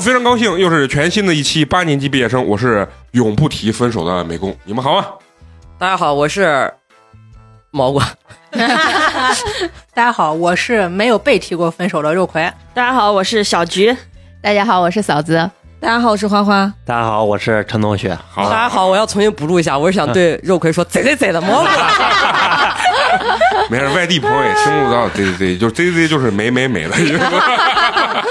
非常高兴，又是全新的一期八年级毕业生，我是永不提分手的美工，你们好啊！大家好，我是毛瓜。 大家好，我是没有被提过分手的肉葵。啊大家好，我是小菊。大家好，我是嫂子。大家好，我是花花。大家好，我是陈同学。好，大家好，我要重新补录一下，我啊是想对肉葵说，贼贼贼的毛 瓜。没事，外地朋友也听不到，对对对，就 Z Z 就是美美美的。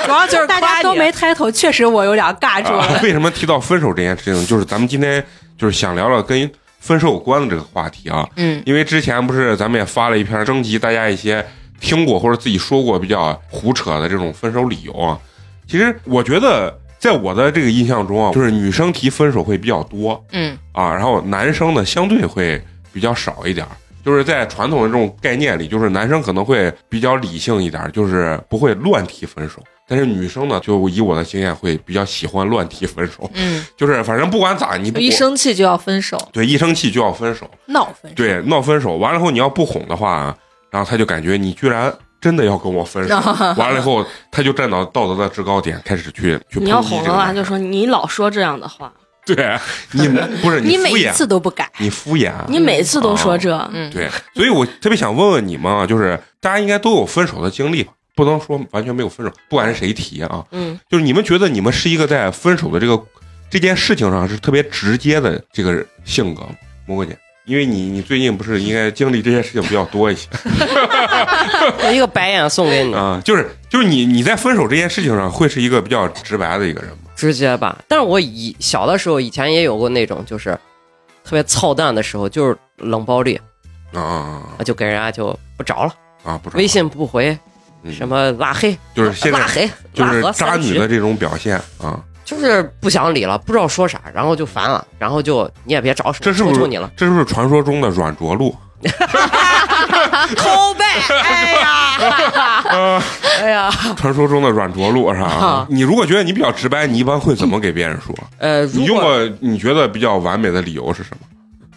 主要就是大家夸都你啊没抬头，确实我有点尬住了。啊为什么提到分手这件事情？就是咱们今天就是想聊聊跟分手有关的这个话题啊。嗯，因为之前不是咱们也发了一篇征集大家一些听过或者自己说过比较胡扯的这种分手理由啊。其实我觉得，在我的这个印象中啊，就是女生提分手会比较多，嗯啊，然后男生呢相对会比较少一点儿，就是在传统的这种概念里，就是男生可能会比较理性一点儿，就是不会乱提分手。但是女生呢，就以我的经验会比较喜欢乱提分手，嗯，就是反正不管咋你不一生气就要分手，对一生气就要分手，闹分手，对闹分手完了后你要不哄的话，然后他就感觉你居然真的要跟我分手，完了以后他就站到道德的制高点开始去去你要抨击哄这的个话，男就生说你老说这样的话，对你不 是你每敷一衍，哦次都不改，你敷衍，啊你每次都说这，对，所以我特别想问问你们啊，就是大家应该都有分手的经历吧？不能说完全没有分手，不管是谁提啊，嗯，就是你们觉得你们是一个在分手的这个这件事情上是特别直接的这个性格吗，蘑菇姐，因为你你最近不是应该经历这些事情比较多一些我啊一个白眼送给你，啊？就是就是你你在分手这件事情上会是一个比较直白的一个人吗？直接吧。但是我以小的时候，以前也有过那种就是特别操蛋的时候，就是冷暴力，啊啊就给人家就不着了，啊啊！不是微信不回，嗯什么拉黑，就是现在拉黑，就拉是黑渣女的，这种表现啊，就是不想理了，不知道说啥，然后就烦了，然后就你也别找这什是么，不是求求你了。这是不是传说中的软着陆？抠背， 哎呀，哎呀，传说中的软着陆是吧啊？你如果觉得你比较直白，你一般会怎么给别人说？呃，你如用果过你觉得比较完美的理由是什么？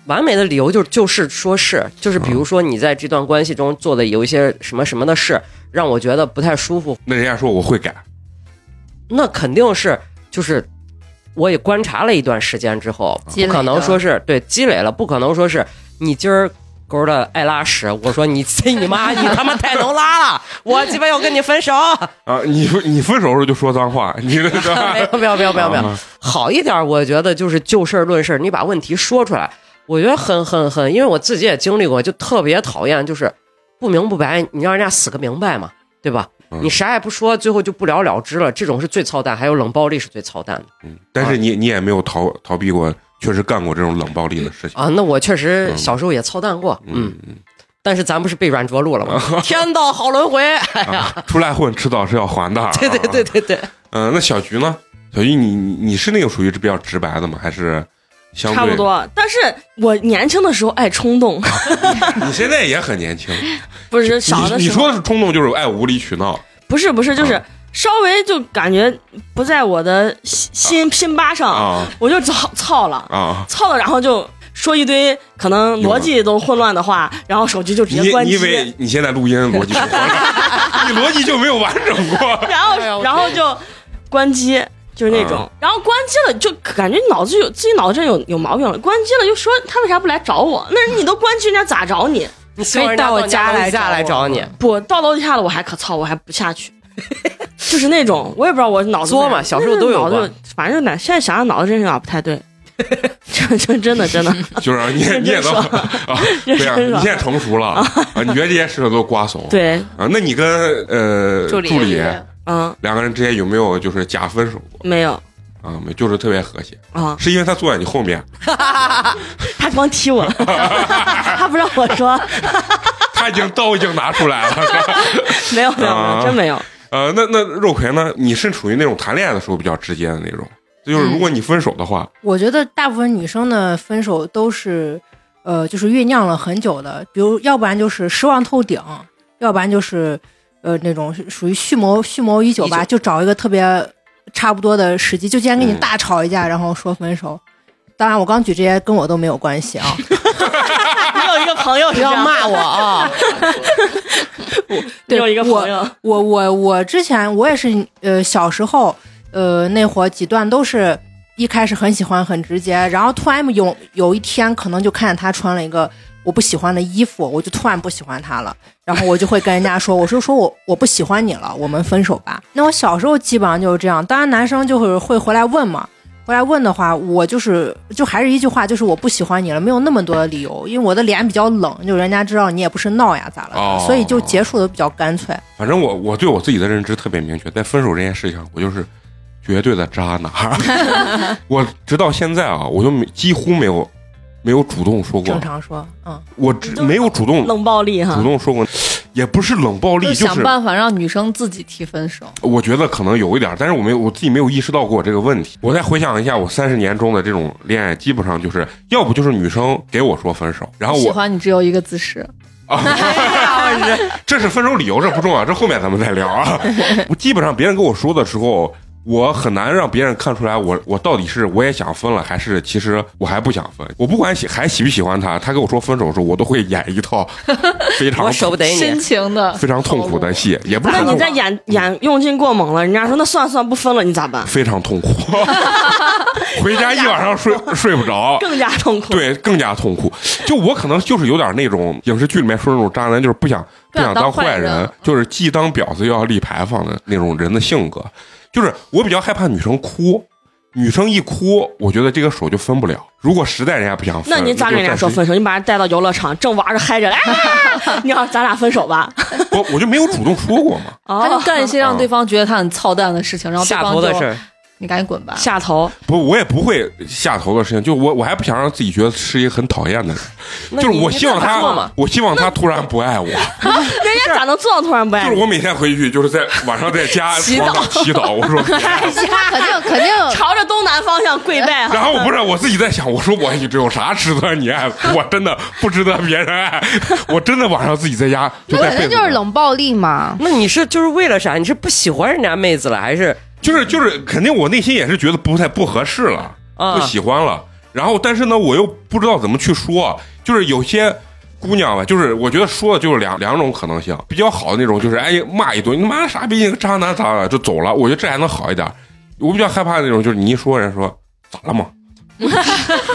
完美的理由就是就事说事，就是嗯比如说你在这段关系中做的有一些什么什么的事，让我觉得不太舒服，那人家说我会改，那肯定是就是我也观察了一段时间之后，积累不可能说是对积累了，不可能说是你今儿。狗的爱拉屎，我说你 操你妈，你他妈太能拉了，我鸡巴要跟你分手。啊！你你分手的时候就说脏话，你这 没个有没有没有没有没有，啊好一点，我觉得就是就事论事，你把问题说出来，我觉得很很很，因为我自己也经历过，就特别讨厌就是不明不白，你让人家死个明白嘛，对吧？嗯你啥也不说，最后就不了了之了，这种是最操蛋，啊还有冷暴力是最操蛋的嗯但是你你也没有逃逃避过，确实干过这种冷暴力的事情。啊。那我确实嗯小时候也操蛋过，嗯，嗯嗯但是咱不是被软着陆了嗯 吗？天道好轮回，啊，出来混迟早是要还的啊。 对对对对对，嗯，那小菊呢？小菊，你你你是那个属于比较直白的吗？还是相对差不？多。但是我年轻的时候爱 冲动，你现在也很年轻，不是小的你你时说候，的是啊冲动，就是爱无理取闹。不是不是，就是稍微就感觉不在我的心心心巴上，啊我就操操了，啊！操了，然后就说一堆可能逻辑都混乱的话，然后手机就直你接关你以机，为你现在录音逻辑不合 了你逻辑就没有完整过。然后然后就关机。就是那嗯种，然后关机了，就感觉脑子有自己脑子有有毛病了。关机了就说他为啥不来找我？那你都关机，人家咋找你？你希望人家可以到人家家来楼下找来我找你，不到楼底下了，我还可操，我还不下去， 就是那种，我也不知道我脑子作嘛小时候都有过脑子反正就哪现在想想脑子真是有点不太对， 这这真的 真的，就是啊你也你也能啊，认对呀、真你说现，在成熟了啊，你觉得这些事情都瓜怂。 对，啊，那你跟呃助理嗯，两个人之间有没有就是假分手过没有啊？没，就是特别和谐，啊，是因为他坐在你后面，他光踢我， 他不让我说，他已经刀已经拿出来了。 是吧没有没有没啊有，真没有，呃，那那肉葵呢？你是属于那种谈恋爱的时候比较直接的那种，就是如嗯果你分手的话，我觉得大部分女生的分手都是，呃，就是酝酿了很久的，比如要不然就是失望透顶，要不然就是，呃，那种是属于蓄谋蓄谋已久吧，已就找一个特别差不多的时机，就今天跟你嗯大吵一架，然后说分手。当然，我刚举这些跟我都没有关系啊。你有一个朋友不是这要样骂我啊！你有一个朋友，我我我之前我也是，呃，小时候呃，那会儿几段都是一开始很喜欢很直接，然后突然有有一天可能就看见他穿了一个我不喜欢的衣服，我就突然不喜欢他了，然后我就会跟人家说，我说说我我不喜欢你了，我们分手吧。那我小时候基本上就是这样，当然男生就会会回来问嘛。回来问的话，我就是就还是一句话，就是我不喜欢你了，没有那么多的理由，因为我的脸比较冷，就人家知道你也不是闹呀咋了的，哦所以就结束的比较干脆。反正我我对我自己的认知特别明确，在分手这件事情上，我就是绝对的渣男。 我直到现在啊，我就没几乎没有没有主动说过正，常说，嗯，我只你都没有主动冷啊暴力主哈，动说过，也不是冷暴力，就就想是办法让女生自己提分手。我觉得可能有一点儿，但是我没有我自己没有意识到过这个问题。我再回想一下，我三十年中的这种恋爱，基本上就是要不就是女生给我说分手，然后喜啊我欢你只有一个姿势，这是分手理由，这不重要，这后面咱们再聊啊。我基本上别人跟我说的时候，我很难让别人看出来我我到底是我也想分了，还是其实我还不想分。我不管喜还喜不喜欢他，他跟我说分手的时候，我都会演一套非常我舍不得深哎你，情的，非常痛苦的戏，也不是那很嗯你痛苦再演演用劲过猛了，人家说那算了算了不分了，你咋办？非常痛苦， 回家一晚上睡睡不着。 更加痛苦。对，更加痛苦。就我可能就是有点那种影视剧里面说那种渣男，就是不想不不想想当当坏坏人人嗯，就是既当婊子又要立牌坊的那种人的性格。就是我比较害怕女生哭，女生一哭，我觉得这个手就分不了。如果实在人家不想分，那你咋跟人就家暂说时分手？你把人带到游乐场，正玩着嗨着嘞， 啊你要咱俩分手吧？我我就没有主动说过嘛。他就哦，干一些让对方觉得他很操蛋的事情，然后对下方头的事就儿，你赶紧滚吧。下头，不，我也不会下头的事情。就我我还不想让自己觉得是一个很讨厌的人。那就是你我你希望怎么做他嘛，我希望他突然不爱我。 人家咋能做到突然不爱就你？是我每天回去就是在晚上在家祈床上祈祷，我说肯定肯定朝着东南方向跪拜啊然哈。后我不是我自己在想，我说我你这有啥值得你爱？我真的不值得别人爱，我真的晚上自己在家就 那在肯被定子就是里冷暴力嘛。那你是就是为了啥？你是不喜欢人家妹子了，还是就是就是肯定我内心也是觉得不太不合适了，啊嗯不喜欢了。然后但是呢，我又不知道怎么去说，就是有些。姑娘吧，就是我觉得说的就是两两种可能性，比较好的那种就是哎骂一顿，你他妈傻逼，你个渣男咋了就走了，我觉得这还能好一点。我比较害怕那种，就是你一说人家说咋了嘛，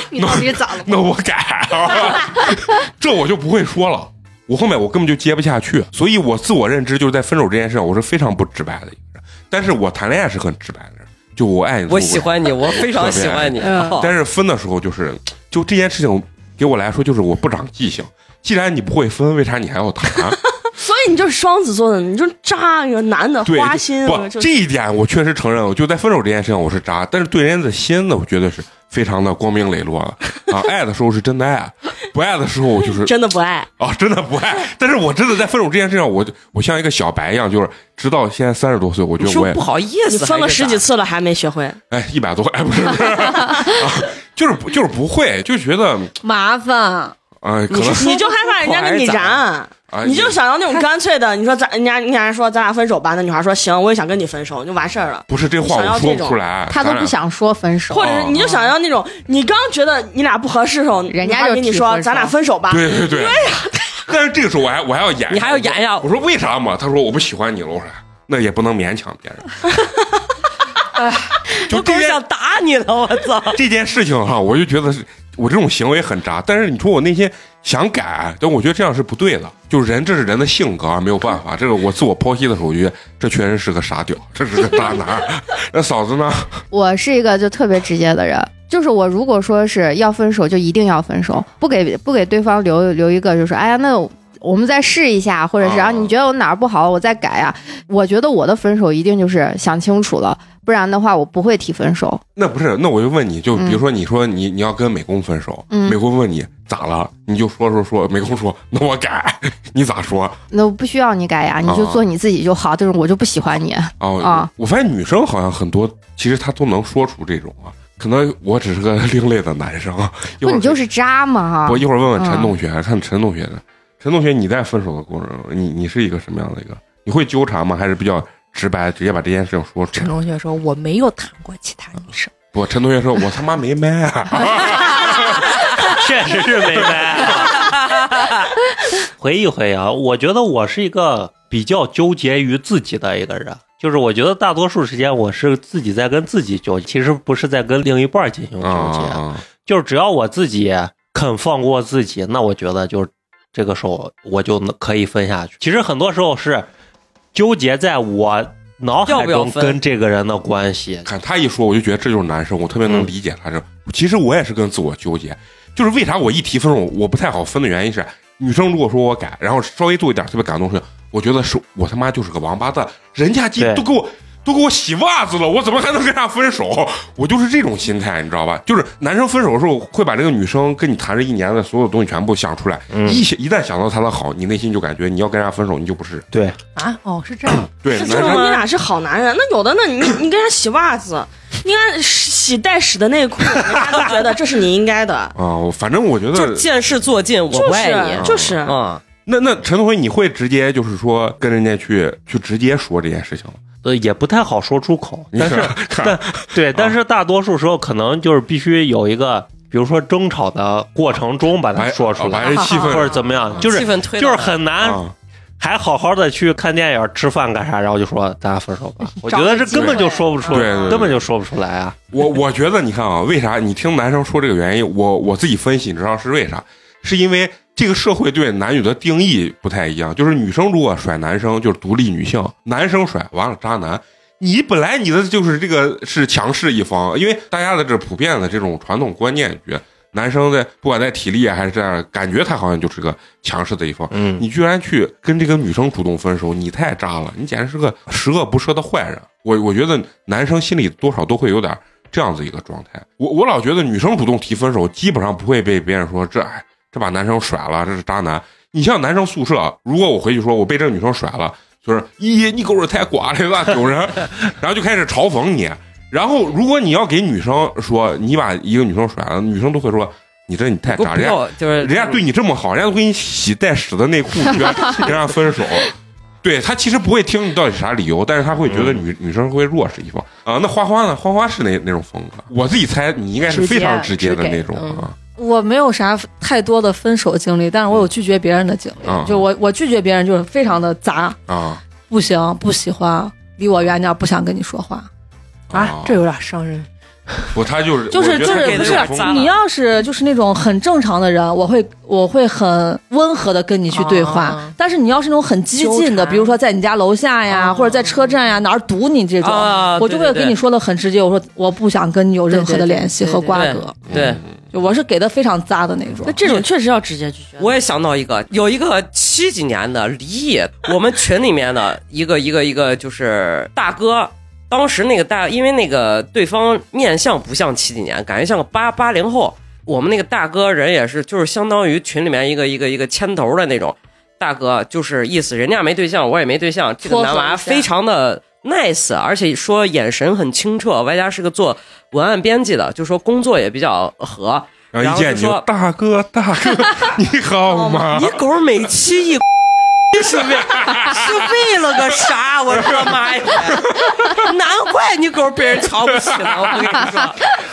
你到底咋了？ 那我改了， 这我就不会说了。我后面我根本就接不下去，所以我自我认知就是在分手这件事上，我是非常不直白的一个人。但是我谈恋爱是很直白的人，就我爱你，我喜。欢你，我非常喜欢你。哦但是分的时候就是，就这件事情给我来说就是我不长记性。既然你不会分，为啥你还要谈？啊所以你就是双子座的，你就是渣，你说男的 对，花心，啊不，就这一点我确实承认，我就在分手这件事情我是渣，但是对人家的心呢，我觉得是非常的光明磊落的啊。爱的时候是真的爱，不爱的时候我就是真的不爱。啊，真的不爱。但是我真的在分手这件事上，我就我像一个小白一样，就是直到现在三十多岁，我觉你得说我也不好意你思，分了十几次，次了还没学会，哎一百多，哎不是，不是啊、就是不就是不会，就觉得麻烦，呃可你能 是你就害怕人家给你燃，啊你就想要那种干脆的。你说咱人家人家说咱俩分手吧，那女孩说行，我也想跟你分手，就完事儿了。不是这话想要我说这不种出来，他都咱俩不想说分哦手，或者是你就想要那种，你刚觉得你俩不合适的时候，人家女孩就跟你提说分手咱俩分手吧，对对对。但是这个时候我还我还要演，你还要演呀我说为啥嘛？他说我不喜欢你了，我说哎那也不能勉强别人。就我这都件想打你了，我操！这件事情哈，我就觉得是我这种行为很渣，但是你说我内心想改，但我觉得这样是不对的。就是人，这是人的性格，啊没有办法。这个我自我剖析的时候，我觉得这确实是个傻屌，这是个渣男。 那嫂子呢？我是一个就特别直接的人，就是我如果说是要分手，就一定要分手，不给不给对方留留一个，就是哎呀，那我们再试一下，或者是啊啊，你觉得我哪儿不好，我再改呀、啊我觉得我的分手一定就是想清楚了，不然的话我不会提分手。那不是，那我就问你，就嗯比如说你说你你要跟美工分手，嗯美工问你咋了，你就说说说，美工说那我改， 你咋说？那我不需要你改呀，你就啊做你自己就好。这种我就不喜欢你。哦，啊我发现女生好像很多，其实她都能说出这种啊。可能我只是个另类的男生，啊一不，会儿你就是渣嘛我哈。一会儿问问陈嗯同学，看陈同学的。陈同学，你在分手的过程中，你你是一个什么样的一个？你会纠缠吗？还是比较直白，直接把这件事情说出陈来？同学说我没有谈过其他女生，不，陈同学说，我他妈没啊卖、 确实是没掰。 回忆回忆啊，我觉得我是一个比较纠结于自己的一个人，就是我觉得大多数时间我是自己在跟自己纠结，其实不是在跟另一半进行纠结。哦啊，就是只要我自己肯放过自己，那我觉得就是这个时候我就能可以分下去。其实很多时候是纠结在我脑海要不要中分跟这个人的关系。看他一说，我就觉得这就是男生，我特别嗯能理解他这。其实我也是跟自我纠结，就是为啥我一提分手我不太好分的原因是，女生如果说我改，然后稍微做一点特别感动的事情，我觉得是我他妈就是个王八蛋，人家今对都给我。都给我洗袜子了，我怎么还能跟他分手？我就是这种心态，你知道吧？就是男生分手的时候，会把这个女生跟你谈这一年的所有东西全部想出来。嗯一想一旦想到她的好，你内心就感觉你要跟人家分手，你就不是人。对，啊，哦，是这样，对，是男这种生。你俩是好男人。那有的呢，你你给人家洗袜子，你给人家洗带屎的内裤，人家都觉得这是你应该的 啊、我反正我觉得就是 见事做尽，我就不爱你是。就是，哦啊，那那陈同学，你会直接就是说跟人家去去直接说这件事情吗？呃，也不太好说出口，你啊但是看，对，但是大多数时候可能就是必须有一个，比如说争吵的过程中把它把说出把来，人气或氛者怎么样，就气是氛推就到是哪很难。啊，还好好的去看电影、吃饭干啥，然后就说大家分手吧。嗯我觉得这根本就说不出，对对对对根本就说不出来啊。我我觉得你看啊，为啥你听男生说这个原因，我我自己分析，你知道是为啥？是因为这个社会对男女的定义不太一样，就是女生如果甩男生就是独立女性，男生甩完了渣男。你本来你的就是这个是强势一方，因为大家的这普遍的这种传统观念里边，男生在不管在体力啊还是这样，感觉他好像就是个强势的一方。嗯，你居然去跟这个女生主动分手，你太渣了，你简直是个十恶不赦的坏人。我我觉得男生心里多少都会有点这样子一个状态。我我老觉得女生主动提分手，基本上不会被别人说这哎这把男生甩了，这是渣男。你像男生宿舍，如果我回去说我被这个女生甩了，就是咦你狗日太瓜了吧，九人， 然后就开始嘲讽你。然后如果你要给女生说你把一个女生甩了，女生都会说你这你太我渣，不人家要就是人家对你这么好，人家都给你洗带屎的内裤， 居然跟人家分手。对他其实不会听你到底啥理由，但是他会觉得女、女生会弱势一方啊。那花花呢？花花是哪哪种风格？我自己猜你应该是非常直接的那种直给嗯啊我没有啥太多的分手经历，但是我有拒绝别人的经历。嗯就我我拒绝别人就是非常的杂，啊不行，不喜欢，离我远点，不想跟你说话。哦啊，这有点伤人。不，他就是就是我觉得就是他给的不是这种风格你要是就是那种很正常的人，我会我会很温和的跟你去对话。啊但是你要是那种很激进的，纠缠比如说在你家楼下呀，啊或者在车站呀哪儿堵你这种，啊我就对会对对跟你说的很直接，我说我不想跟你有任何的联系对对和对瓜葛。嗯对，就我是给的非常渣的那种那。这种确实要直接拒绝。我也想到一个，有一个七几年的离异，我们群里面的一个一个一个就是大哥，当时那个大，因为那个对方面相不像七几年，感觉像个八八零后。我们那个大哥人也是，就是相当于群里面一个一个一个牵头的那种大哥，就是意思人家没对象，我也没对象，这个撮合男娃一下非常的 nice，而且说眼神很清澈，外加是个做文案编辑的，就说工作也比较合。然后一见你然后就说大哥大 哥你哦好吗 你？狗每期一 是为是为了个啥？我说妈呀！难怪你狗被人瞧不起呢！我跟你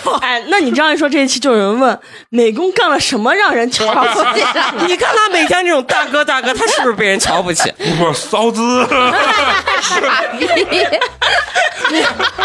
说， 哎，那你这样一说，这一期就有人问美工干了什么让人 瞧 不起？你看他每天这种大哥大哥，他是不是被人瞧不起？我嫂子，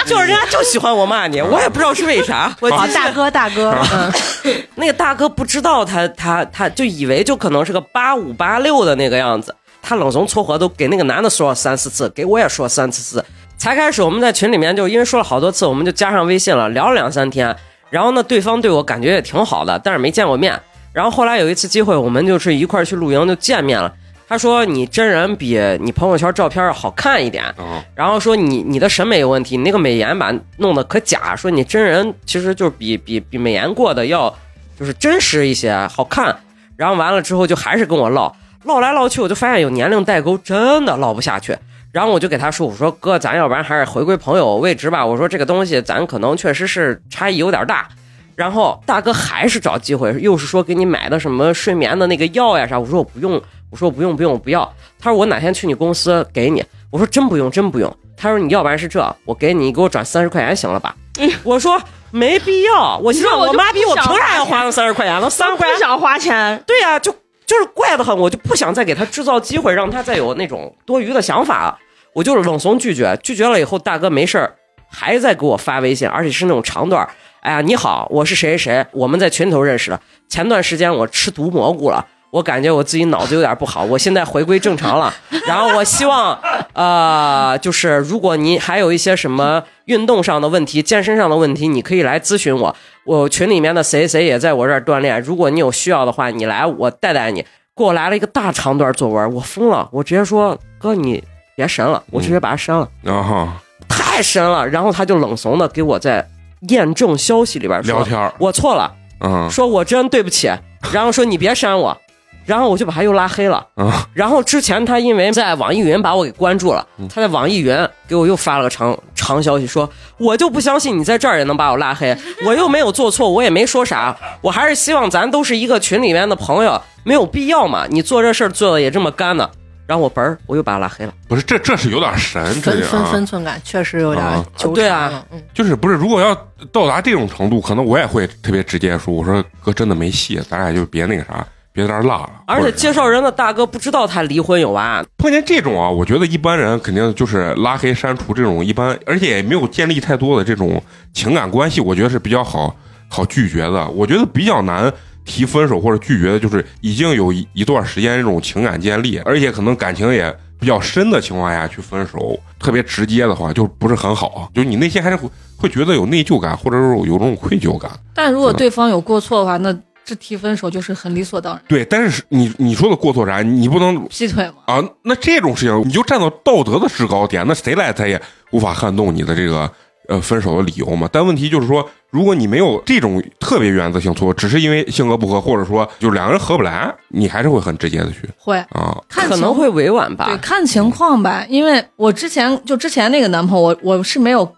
就是人家就喜欢我骂你，我也不知道是为啥。我啊记，得大哥，大 哥，啊嗯，那个大哥不知道他他他就以为就可能是个八五八六的那个样子，他冷怂撮合都给那个男的说了三四次，给我也说了三四次。才开始我们在群里面就因为说了好多次，我们就加上微信了，聊了两三天。然后呢，对方对我感觉也挺好的，但是没见过面。然后后来有一次机会，我们就是一块儿去露营就见面了。他说你真人比你朋友圈照片要好看一点，啊然后说你你的审美有问题，你那个美颜吧弄得可假，说你真人其实就是比比比美颜过的要就是真实一些，好看。然后完了之后就还是跟我唠，唠来唠去，我就发现有年龄代沟，真的唠不下去。然后我就给他说，我说哥，咱要不然还是回归朋友位置吧。我说这个东西咱可能确实是差异有点大。然后大哥还是找机会，又是说给你买的什么睡眠的那个药呀啥。我说我不用，我说我不用不用不要。他说我哪天去你公司给你。我说真不用，真不用。他说你要不然是这，我给你，你给我转三十块钱行了吧？ 我说没必要，我心你想说我我就妈不逼我想凭啥花要钱花那三十块钱了？三十块不钱想花钱，对呀、就就是怪得很，我就不想再给他制造机会，让他再有那种多余的想法。我就是冷怂拒绝，拒绝了以后，大哥没事儿还在给我发微信，而且是那种长段儿。哎呀，你好，我是谁谁谁，我们在群头认识的。前段时间我吃毒蘑菇了，我感觉我自己脑子有点不好，我现在回归正常了。 然后我希望，呃，就是如果你还有一些什么运动上的问题、健身上的问题，你可以来咨询我。我群里面的谁谁也在我这儿锻炼，如果你有需要的话，你来我带带你。给我来了一个大长段作文，我疯了，我直接说哥你别神了，我直接把它删了，然后太神了。然后他就冷怂的给我在验证消息里边聊说，天儿，我错了。嗯说我真对不起，然后说你别删我，然后我就把他又拉黑了。嗯然后之前他因为在网易云把我给关注了，嗯他在网易云给我又发了个长长消息说，我就不相信你在这儿也能把我拉 黑，我又没有做错，我也没说啥，我还是希望咱都是一个群里面的朋友，没有必要嘛，你做这事儿做的也这么干呢。然后我嘣儿，我又把他拉黑了。不是这这是有点神，这分个分啊分寸感确实有点啊纠对缠啊了，嗯，就是不是？如果要到达这种程度，可能我也会特别直接说，我说哥真的没戏，咱俩就别那个啥，别在这儿落了。而或且者介绍人的大哥不知道他离婚有娃，碰见这种啊，我觉得一般人肯定就是拉黑删除这种，一般而且也没有建立太多的这种情感关系，我觉得是比较好好拒绝的。我觉得比较难提分手或者拒绝的，就是已经有一一段时间这种情感建立，而且可能感情也比较深的情况下去分手，特别直接的话就不是很好，就你内心还是会会觉得有内疚感，或者说有这种愧疚感。但如是果的对方有过错的话，那这提分手就是很理所当然，对，但是你你说的过错啥，你不能劈腿嘛。啊，那这种事情你就站到道德的制高点，那谁来他也无法撼动你的这个呃分手的理由嘛。但问题就是说，如果你没有这种特别原则性错，只是因为性格不合，或者说就是两个人合不来，你还是会很直接的去会啊。看可情能会委婉吧。对看情况吧，因为我之前就之前那个男朋友，我我是没有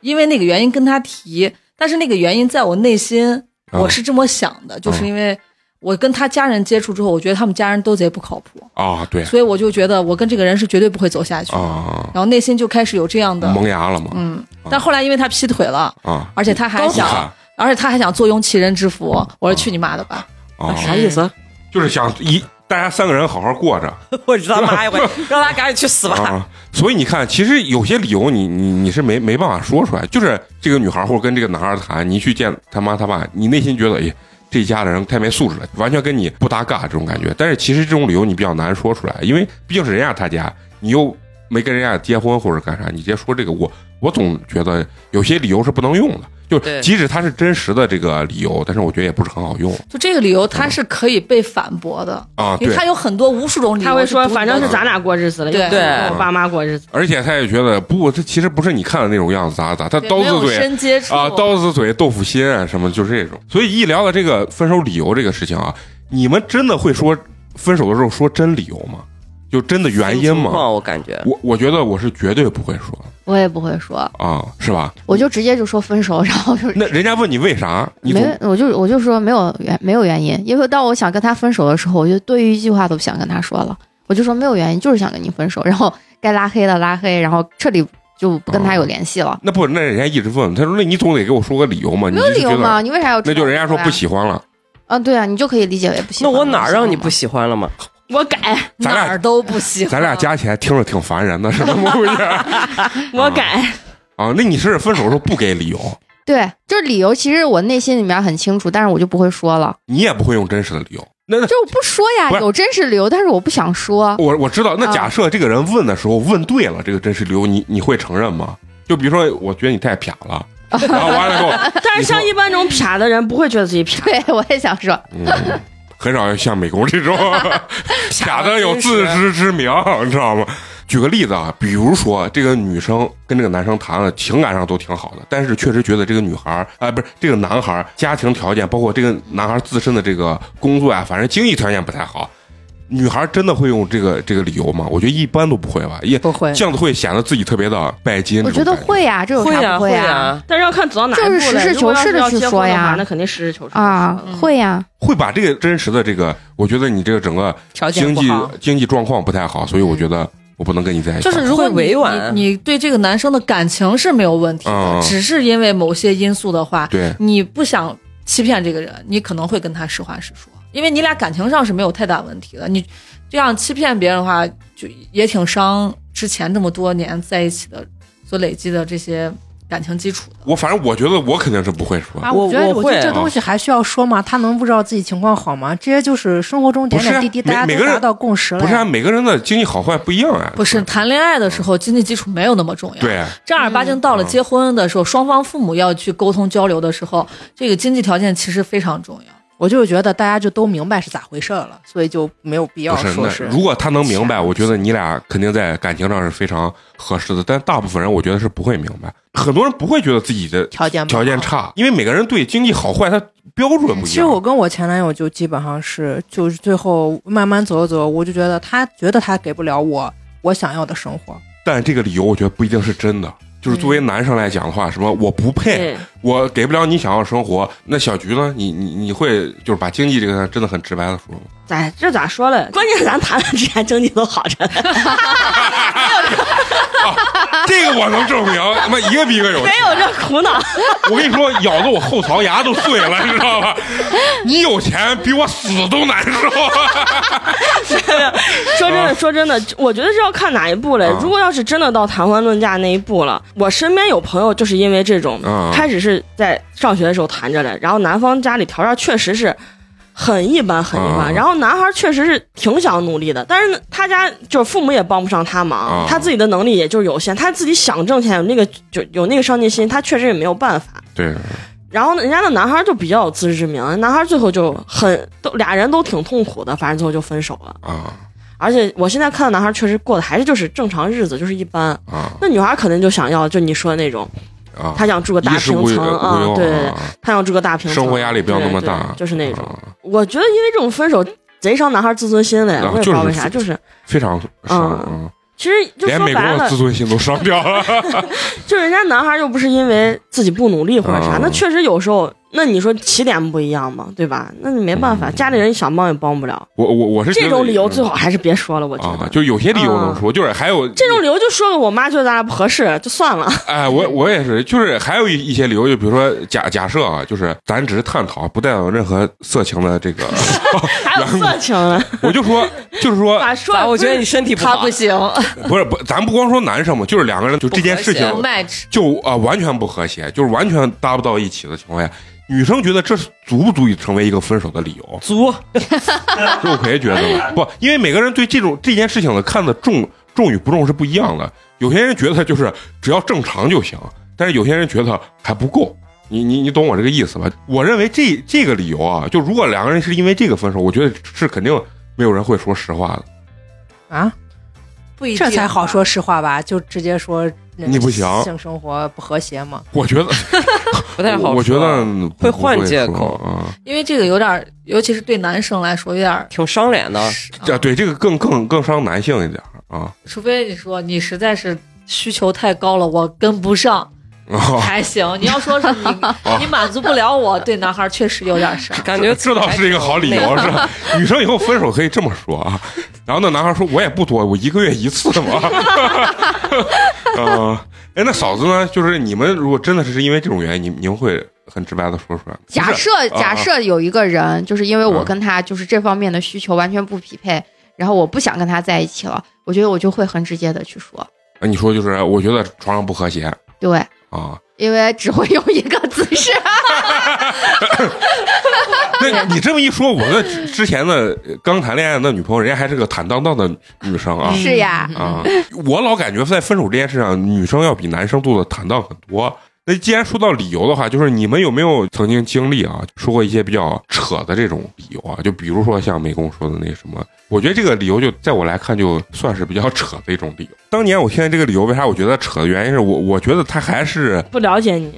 因为那个原因跟他提，但是那个原因在我内心啊我是这么想的，就是因为我跟他家人接触之后，我觉得他们家人都贼不靠谱，啊，对所以我就觉得我跟这个人是绝对不会走下去的，啊，然后内心就开始有这样的萌芽了嘛嗯，但后来因为他劈腿了，啊而且他还你想，看而且他还想坐拥其人之福，我说去你妈的吧！啊，啥意思？ 就是想一大家三个人好好过着。我知道妈 呀，我让他赶紧去死吧。啊。所以你看，其实有些理由你你你是没没办法说出来，就是这个女孩或者跟这个男孩谈，你去见他妈他爸，你内心觉得，哎，这一家的人太没素质了，完全跟你不搭嘎这种感觉。但是其实这种理由你比较难说出来，因为毕竟是人家他家，你又没跟人家结婚或者干啥，你直接说这个，我我总觉得有些理由是不能用的。就对即使它是真实的这个理由，但是我觉得也不是很好用就这个理由，他是可以被反驳的，啊。因为对，他有很多无数种理由。他会说，反正是咱咱俩过日子了，对又不是跟我爸妈过日子。而且他也觉得不，这其实不是你看的那种样子，咋啊咋，他对刀没有子嘴深接触 啊，刀子嘴豆腐心啊，什么就是这种。所以一聊到这个分手理由这个事情啊，你们真的会说分手的时候说真理由吗？就真的原因情哎吗？况我感觉我我觉得我是绝对不会说我也不会说，啊，是吧？我就直接就说分手， 然后就那人家问你为啥，你总没，我就我就说没有原没有原因，因为当我想跟他分手的时候，我就多余一句话都不想跟他说了，我就说没有原因，就是想跟你分手，然后该拉黑的拉黑，然后彻底就不跟他有哦联系了。那不那人家一直问，他说那你总得给我说个理由嘛，你没有就理觉由得嘛？你为啥要知那道就人家说我呀不喜欢了，啊？对啊，你就可以理解为不喜那欢了。我哪儿让你吗不？喜欢了吗？我改，咱哪俩儿都不行。啊咱俩加起来听着挺烦人的，是怎么回事我改， 哦啊？那你是分手的时候不给理由，对，就是理由，其实我内心里面很清楚，但是我就不会说了，你也不会用真实的理由，那那就是我不说不呀，是有真实理由，但是我不想说。 我我知道，那啊假设这个人问的时候问对了，这个真实理由，你你会承认吗？就比如说，我觉得你太撇了， 然后完了之后，但是像一般这种撇的人，不会觉得自己撇。对，我也想说，嗯，很少像美工这 种撇的有自知之明，你知道吗？举个例子啊，比如说这个女生跟这个男生谈了，情感上都挺好的，但是确实觉得这个女孩儿啊、不是这个男孩儿，家庭条件包括这个男孩儿自身的这个工作呀、啊反正经济条件不太好。女孩儿真的会用这个这个理由吗？我觉得一般都不会吧，也不会这样子会显得自己特别的拜金。我这觉种得感会呀，这有会啥呀不会会呀，但是要看走到哪一步就了。是实事求如果要是地是要去结说婚的呀话那肯定实事求是啊，嗯会呀，会把这个真实的这个，我觉得你这个整个条经济经济状况不太好，所以我觉得我不能跟你在一起。就是如果会委你婉你你对这个男生的感情是没有问题嗯的，只是因为某些因素的话，对你不想欺骗这个人，你可能会跟他实话实说，因为你俩感情上是没有太大问题的。你这样欺骗别人的话，就也挺伤之前这么多年在一起的所累积的这些感情基础的。我反正我觉得我肯定是不会说，啊，我我觉得我觉得会这啊东西还需要说吗？他能不知道自己情况好吗？这些就是生活中点不是点啊滴滴，每大家每都个人达到共识了不呀。是啊，每个人的经济好坏不一样啊。不是谈恋爱的时候经济基础没有那么重要，对，正儿八经到了嗯结婚的时候，双方父母要去沟通交流的时候，这个经济条件其实非常重要。我就是觉得大家就都明白是咋回事儿了，所以就没有必要不是说那是。啊如果他能明白，我觉得你俩肯定在感情上是非常合适的。但大部分人我觉得是不会明白，很多人不会觉得自己的条件不条件嗯好差，因为每个人对经济好坏他标准不一样。其实我跟我前男友就基本上是，就是最后慢慢走着走着，我就觉得他觉得他给不了我我想要的生活，但这个理由我觉得不一定是真的。就是作为男生来讲的嗯话，什么我不配，对，我给不了你想要的生活。那小菊呢？你你你会就是把经济这个真的很直白的说 吗？哎，这咋说嘞？关键咱谈了之前经济都好着，这个我能证明，他妈一个比一个 有钱。没有这苦恼。 我跟你说，咬得我后槽牙都碎了，你知道 吧？你有钱比我死都难受。啊 说真的，说真的，我觉得这要看哪一步嘞啊。如果要是真的到谈婚论嫁那一步了，我身边有朋友就是因为这种啊，开始是在上学的时候谈着嘞，然后男方家里条件确实是。很一般，很一啊般。然后男孩确实是挺想努力的，但是呢他家就是父母也帮不上他忙，啊他自己的能力也就是有限，他自己想挣钱有那个就有那个上进心，他确实也没有办法。对，然后呢，人家的男孩就比较有自知之明，男孩最后就很都俩人都挺痛苦的，反正最后就分手了。啊而且我现在看到男孩确实过得还是就是正常日子，就是一般。啊那女孩可能就想要就你说的那种，啊！她想住个大衣食平无忧层啊，无忧对对对，啊她想住个大平层，生活压力不要那么对对大，就是那种。啊我觉得因为这种分手贼伤男孩自尊心嘞，啊我也不知就道是为啥，就是非常伤，嗯其实就连说美国白人的了自，尊心都伤掉 了。就人家男孩又不是因为自己不努力或者啥，嗯那确实有时候，那你说起点不一样嘛，对吧？那你没办法，嗯家里人想帮也帮不了，我我我是觉得这种理由最好嗯还是别说了，我觉啊得，。嗯就有些理由能说，就是还有这种理由就说个我妈觉得咱俩不合适，就算了。哎，我我也是，就是还有一一些理由，就比如说假假设啊，就是咱只是探讨，不带有任何色情的这 个，还有色情呢？我就说就是 说咋说？啊咋？我觉得你身体不他好不，行不是不，咱不光说男生嘛，就是两个人就这件事情不和谐，match 就啊、完全不和谐，就是完全搭不到一起的情况下，女生觉得这足不足以成为一个分手的理由？ 足肉葵觉得吗？不，因为每个人对这种这件事情的看的重重与不重是不一样的。有些人觉得就是只要正常就行，但是有些人觉得还不够。你你你懂我这个意思吧？我认为这这个理由啊，就如果两个人是因为这个分手，我觉得是肯定没有人会说实话的。啊，不一定啊这才好说实话吧？就直接说那个你不行性生活不和谐嘛？我觉得不太好说。我觉得会换借口啊。因为这个有点儿，尤其是对男生来说有点儿，挺伤脸的，啊，对，这个更更更伤男性一点儿啊。除非你说你实在是需求太高了，我跟不上啊，还行。你要说是你 你满足不了我，对男孩确实有点伤。感觉这 倒是一个好理由，是吧女生以后分手可以这么说啊。然后那男孩说：“我也不多，我一个月一次嘛。” 啊，哎，那嫂子呢？就是你们如果真的是因为这种原因，你你们会很直白的说出来吗？假设啊假设有一个人，就是因为嗯我跟他就是这方面的需求完全不匹配，然后我不想跟他在一起了，我觉得我就会很直接的去说，不啊是，你说就是我觉得床上不和谐对，啊。因为只会用一个姿势，啊那你这么一说，我的之之前的呃刚谈恋爱的女朋友，人家还是个坦荡荡的女生啊。是呀，啊，我老感觉在分手这件事上，女生要比男生做的坦荡很多。那既然说到理由的话，就是你们有没有曾经经历啊，说过一些比较扯的这种理由啊？就比如说像美工说的那什么，我觉得这个理由就在我来看就算是比较扯的一种理由。当年我现在这个理由为啥我觉得扯的原因是我我觉得他还是不了解你，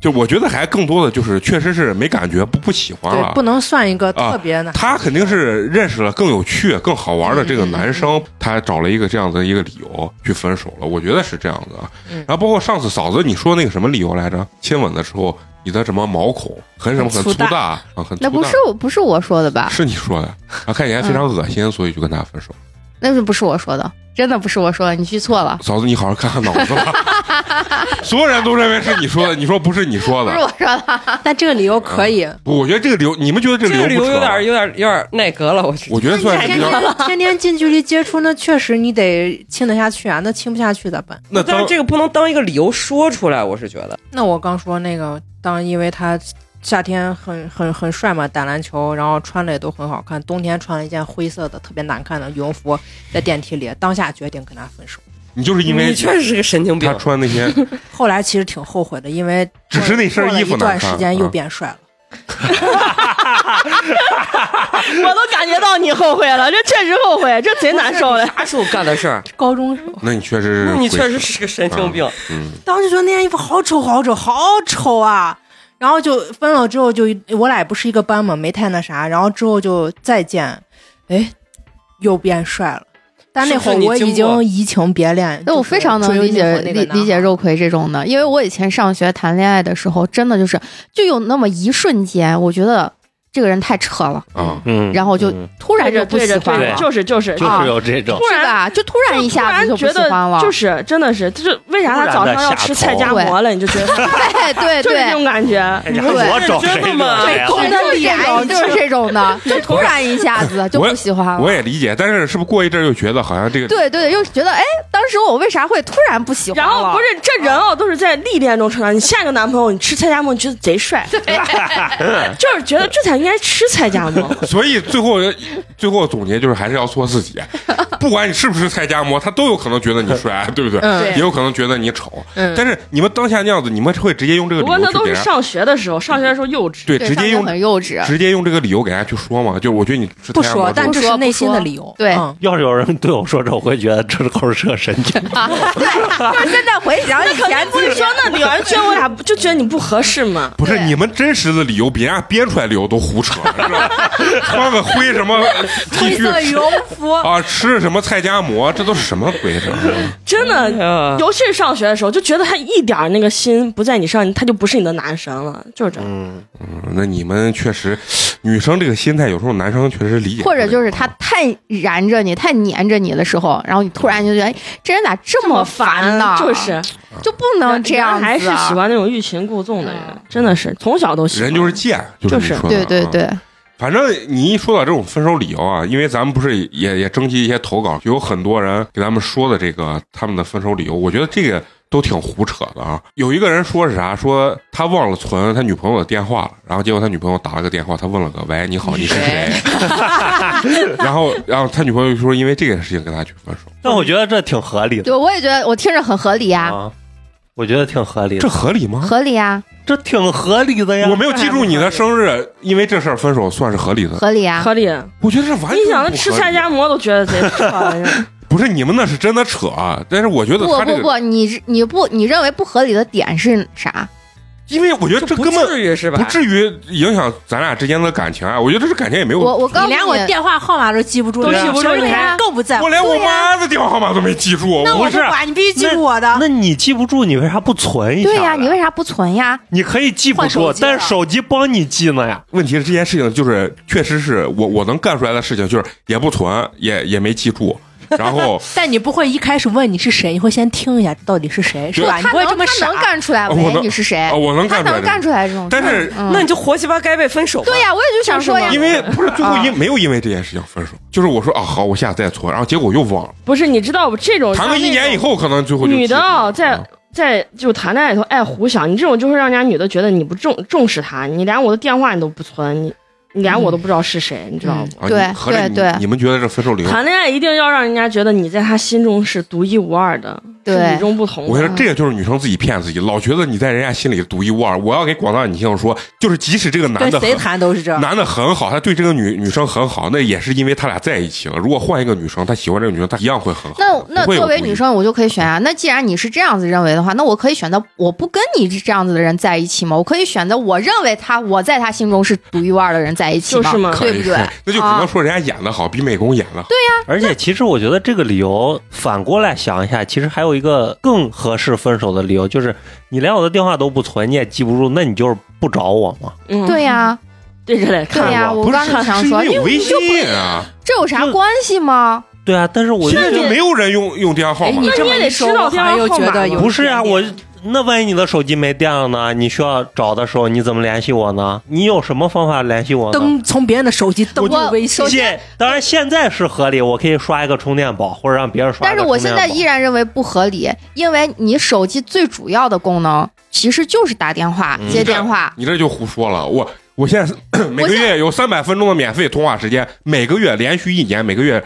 就我觉得还更多的就是确实是没感觉不不喜欢了对，，不能算一个啊特别的。他肯定是认识了更有趣、更好玩的这个男生，他找了一个这样的一个理由去分手了。我觉得是这样的啊。嗯然后包括上次嫂子你说那个什么理由来着？亲吻的时候你的什么毛孔很什么很很粗大大啊，很粗那不大是我不是我说的吧？是你说的啊？看起来非常恶心，所以就跟他分手。啊那是不是我说的？真的不是我说的，你记错了。嫂子，你好好看看脑子吧。所有人都认为是你说的，你说不是你说不是的。我说 的，但这个理由嗯可以，不，我觉得这个理由，你们觉得这这个个理理由由不扯有点吗？有点有点耐格了，我觉得我觉得算是天比较。天天天近距离接触，那确实你得亲得下去啊，那亲不下去咋办？那但当是这个不能当一个理由说出来，我是觉得。那我刚说那个，当因为他夏天很很很帅嘛，打篮球，然后穿的也都很好看，冬天穿了一件灰色的特别难看的羽绒服，在电梯里，当下决定跟他分手。你就是因为你确实是个神经病他，穿那些，后来其实挺后悔的，因为只是那身过了衣服一段难看时间又嗯变帅了。我都感觉到你后悔了，这确实后悔，这贼难受的。啥时候干的事儿？高中时候，那你确实那是你确实是个神经病。嗯，当时觉得那件衣服好丑，好丑，好丑啊！然后就分了之后就，我俩也不是一个班嘛，没太那啥。然后之后就再见，哎，又变帅了。但那是不是会儿你我已经过经移情别恋，那我非常能理解理理解肉。肉葵这种的，因为我以前上学谈恋爱的时候，真的就是就有那么一瞬间，我觉得这个人太扯了，啊，嗯，然后就嗯 突然就不对喜着欢对了着，，就是就是就啊是有这种突是然吧？就突然一突下然子就不觉喜得欢了，就是真的是，就是为啥他早上要吃菜夹馍了，你就觉得 对哎对 就是这对种感觉。哎呀我找谁真的吗惹谁了对，就是这这种就是这种 的，就突然一下子就不喜欢了我。也理解，但是是不是过一阵儿又觉得好像这个对对，又觉得哎，当时我为啥会突然不喜欢然了？后不是这人哦，都是在历练中成长。你下一个男朋友，你吃菜夹馍，你觉得贼帅， 就是觉得这才应该吃菜夹馍。所以最后，最后总结就是还是要做自己，不管你是不是菜夹馍，他都有可能觉得你帅，啊对不对？嗯也有可能觉得你丑。嗯但是你们当下那样子，你们会直接用这个不理过由那去都给是人家，上学的时候，上学的时候幼稚。对，对直上接学用很幼 稚，直接用这个理由给人家去说嘛。就我觉得你吃不菜夹馍说，但是这不是说内不心说的理由。对嗯要是有人对我说这，我会觉得这口是个神经。啊，对，就现在回想以肯定前不自是己说那理由，觉得我俩就觉得你不合适嘛。不是对你们真实的理由， 别人家啊编出来理由都胡扯， 是吧？穿个灰 什么 T 恤绒服，啊，吃什么菜夹馍，这都是什么鬼？这是真哎的，啊，尤其是上学的时候，就觉得他一点儿那个心不在你上，他就不是你的男神了，就是这样。嗯，嗯 那你们确实，女生这个心态有时候男生确实理解不了，或者就是他太燃着你、太粘着你的时候，然后你突然就觉得，哎，这人咋这么烦呢？嗯就是就不能啊这样子，啊嗯还是喜。欢那种欲擒故纵的人，真的是从小都喜欢。人就是贱，就是你就是说的对对啊对，反正你一说到这种分手理由啊，因为咱们不是也也征集一些投稿，有很多人给咱们说的这个他们的分手理由，我觉得这个都挺胡扯的啊。有一个人说是啥？说他忘了存他女朋友的电话了，然后结果他女朋友打了个电话，他问了个“喂，你好，你是谁？”然后然后他女朋友就说因为这个事情跟他去分手，但我觉得这挺合理对的我也觉得我听着很合理呀、啊，我觉得挺合理这的，合理吗？合理啊呀、这挺合理的呀。我没有记住你的生日，因为这事儿分手算是合理的。合理啊呀、合理，我觉得这完全你想他哎不吃合菜理夹馍都觉得贼 烦人。不是你们那是真的扯啊，但是我觉得不他这不个，不，你你不你认为不合理的点是啥？因为我觉得这不根本至于是吧？不至于影响咱俩之间的感情啊！我觉得这感情也没有，我我我告诉你连我电话号码都记不住，都你记不生住日你还还更不在乎。连我妈的电话号码都没记住。那我我不就是管你必须记住我的。那你记不住，你为啥不存一下？啊对呀、你为啥不存呀？你可以记不换住，手机啊但了是手机帮你记呢呀。问题是这件事情就是，确实是我我能干出来的事情，就是也不存，也也没记住，然后但你不会一开始问你是谁，你会先听一下到底是谁，是啊吧？你他不会能这么他傻能。干出来，我喂，能你是谁？啊，我能干他出来能的。干出来这种事儿，但是嗯那你就活鸡巴该被分手吧。对呀、我也就想说呀，因为不是最后啊因没有因为这件事情分手，就是我说啊好，我下次再存，然后结果又忘了，不是，你知道不？这种谈个一年以，后可能最后就女的哦记住了啊嗯在在就谈恋爱里头爱胡想，你这种就会让人家女的觉得你不重重视她，你连我的电话你都不存，你你连我都不知道是谁，你知道吗？啊对你合着对你对你们觉得这分手理由？谈恋爱一定要让人家觉得你在他心中是独一无二的，是对与众不同我的。跟你说，这个就是女生自己骗自己，老觉得你在人家心里独一无二。我要给广大女性说，就是即使这个男跟的谁很谈都啊是这样。男的很好，他对这个女女生很好，那也是因为他俩在一起了。如果换一个女生，他喜欢这个女生，他一样会很好。那那不会有作为顾虑女，生，我就可以选啊。那既然你是这样子认为的话，那我可以选择我不跟你这样子的人在一起吗？我可以选择我认为他我在他心中是独一无二的人在一起吗？就是嘛可以对不对可以那就只能说人家演的好，比美工演的好。对，而且其实我觉得这个理由反过来想一下，其实还有一个更合适分手的理由，就是你连我的电话都不存，你也记不住，那你就是不找我嘛。嗯，对呀、对着来对看，呀、看过我刚才想是因说，为你有微你就不信啊，这有啥关系吗？对啊，但是我就现在就没有人用用电话号哎，码你了。这么一说，我好像又觉得有不是啊，一点我点那万一你的手机没电了呢？你需要找的时候，你怎么联系我呢？你有什么方法联系我呢？登从别人的手机登我录微信手，机现当然现在是合理，我可以刷一个充电宝，或者让别人刷但一是个充电宝。我现在依然认为不合理，因为你手机最主要的功能其实就是打电话、嗯接电话。你这就胡说了，我我现在咳 每个我现月有三百分钟的免费通话时间，每个月连续一年，每个月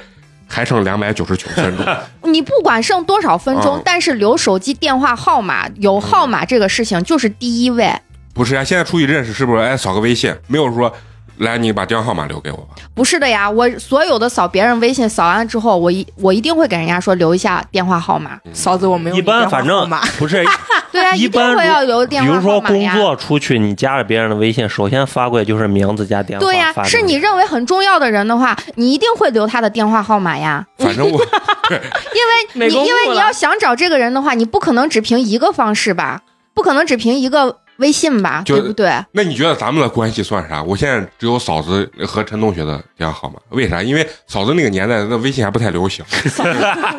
还剩两百九十九分钟。 你不管剩多少分钟，嗯但是留手机电话号码、嗯有号码这个事情就是第一位，不是啊，现在出去认识是不是？哎，扫个微信，没有说来你把电话号码留给我吧。不是的呀。我所有的扫别人微信，扫完之后，我一我一定会给人家说留一下电话号码。嫂子我没有一你电般话反号正码，不是，对啊，嗯一定般如会要留比电话如号说码工呀。作出去，你加了别人的微信，首先发过来就是名字加电话。对呀、发给是你认为很重要的人的话，你一定会留他的电话号码呀。 反正我因为美你工因为部你了要想找这个人的话，你不可能只凭一个方式吧，不可能只凭一个微信吧，就对不对？那你觉得咱们的关系算啥？我现在只有嫂子和陈同学的电话号码，为啥？因为嫂子那个年代，那微信还不太流行，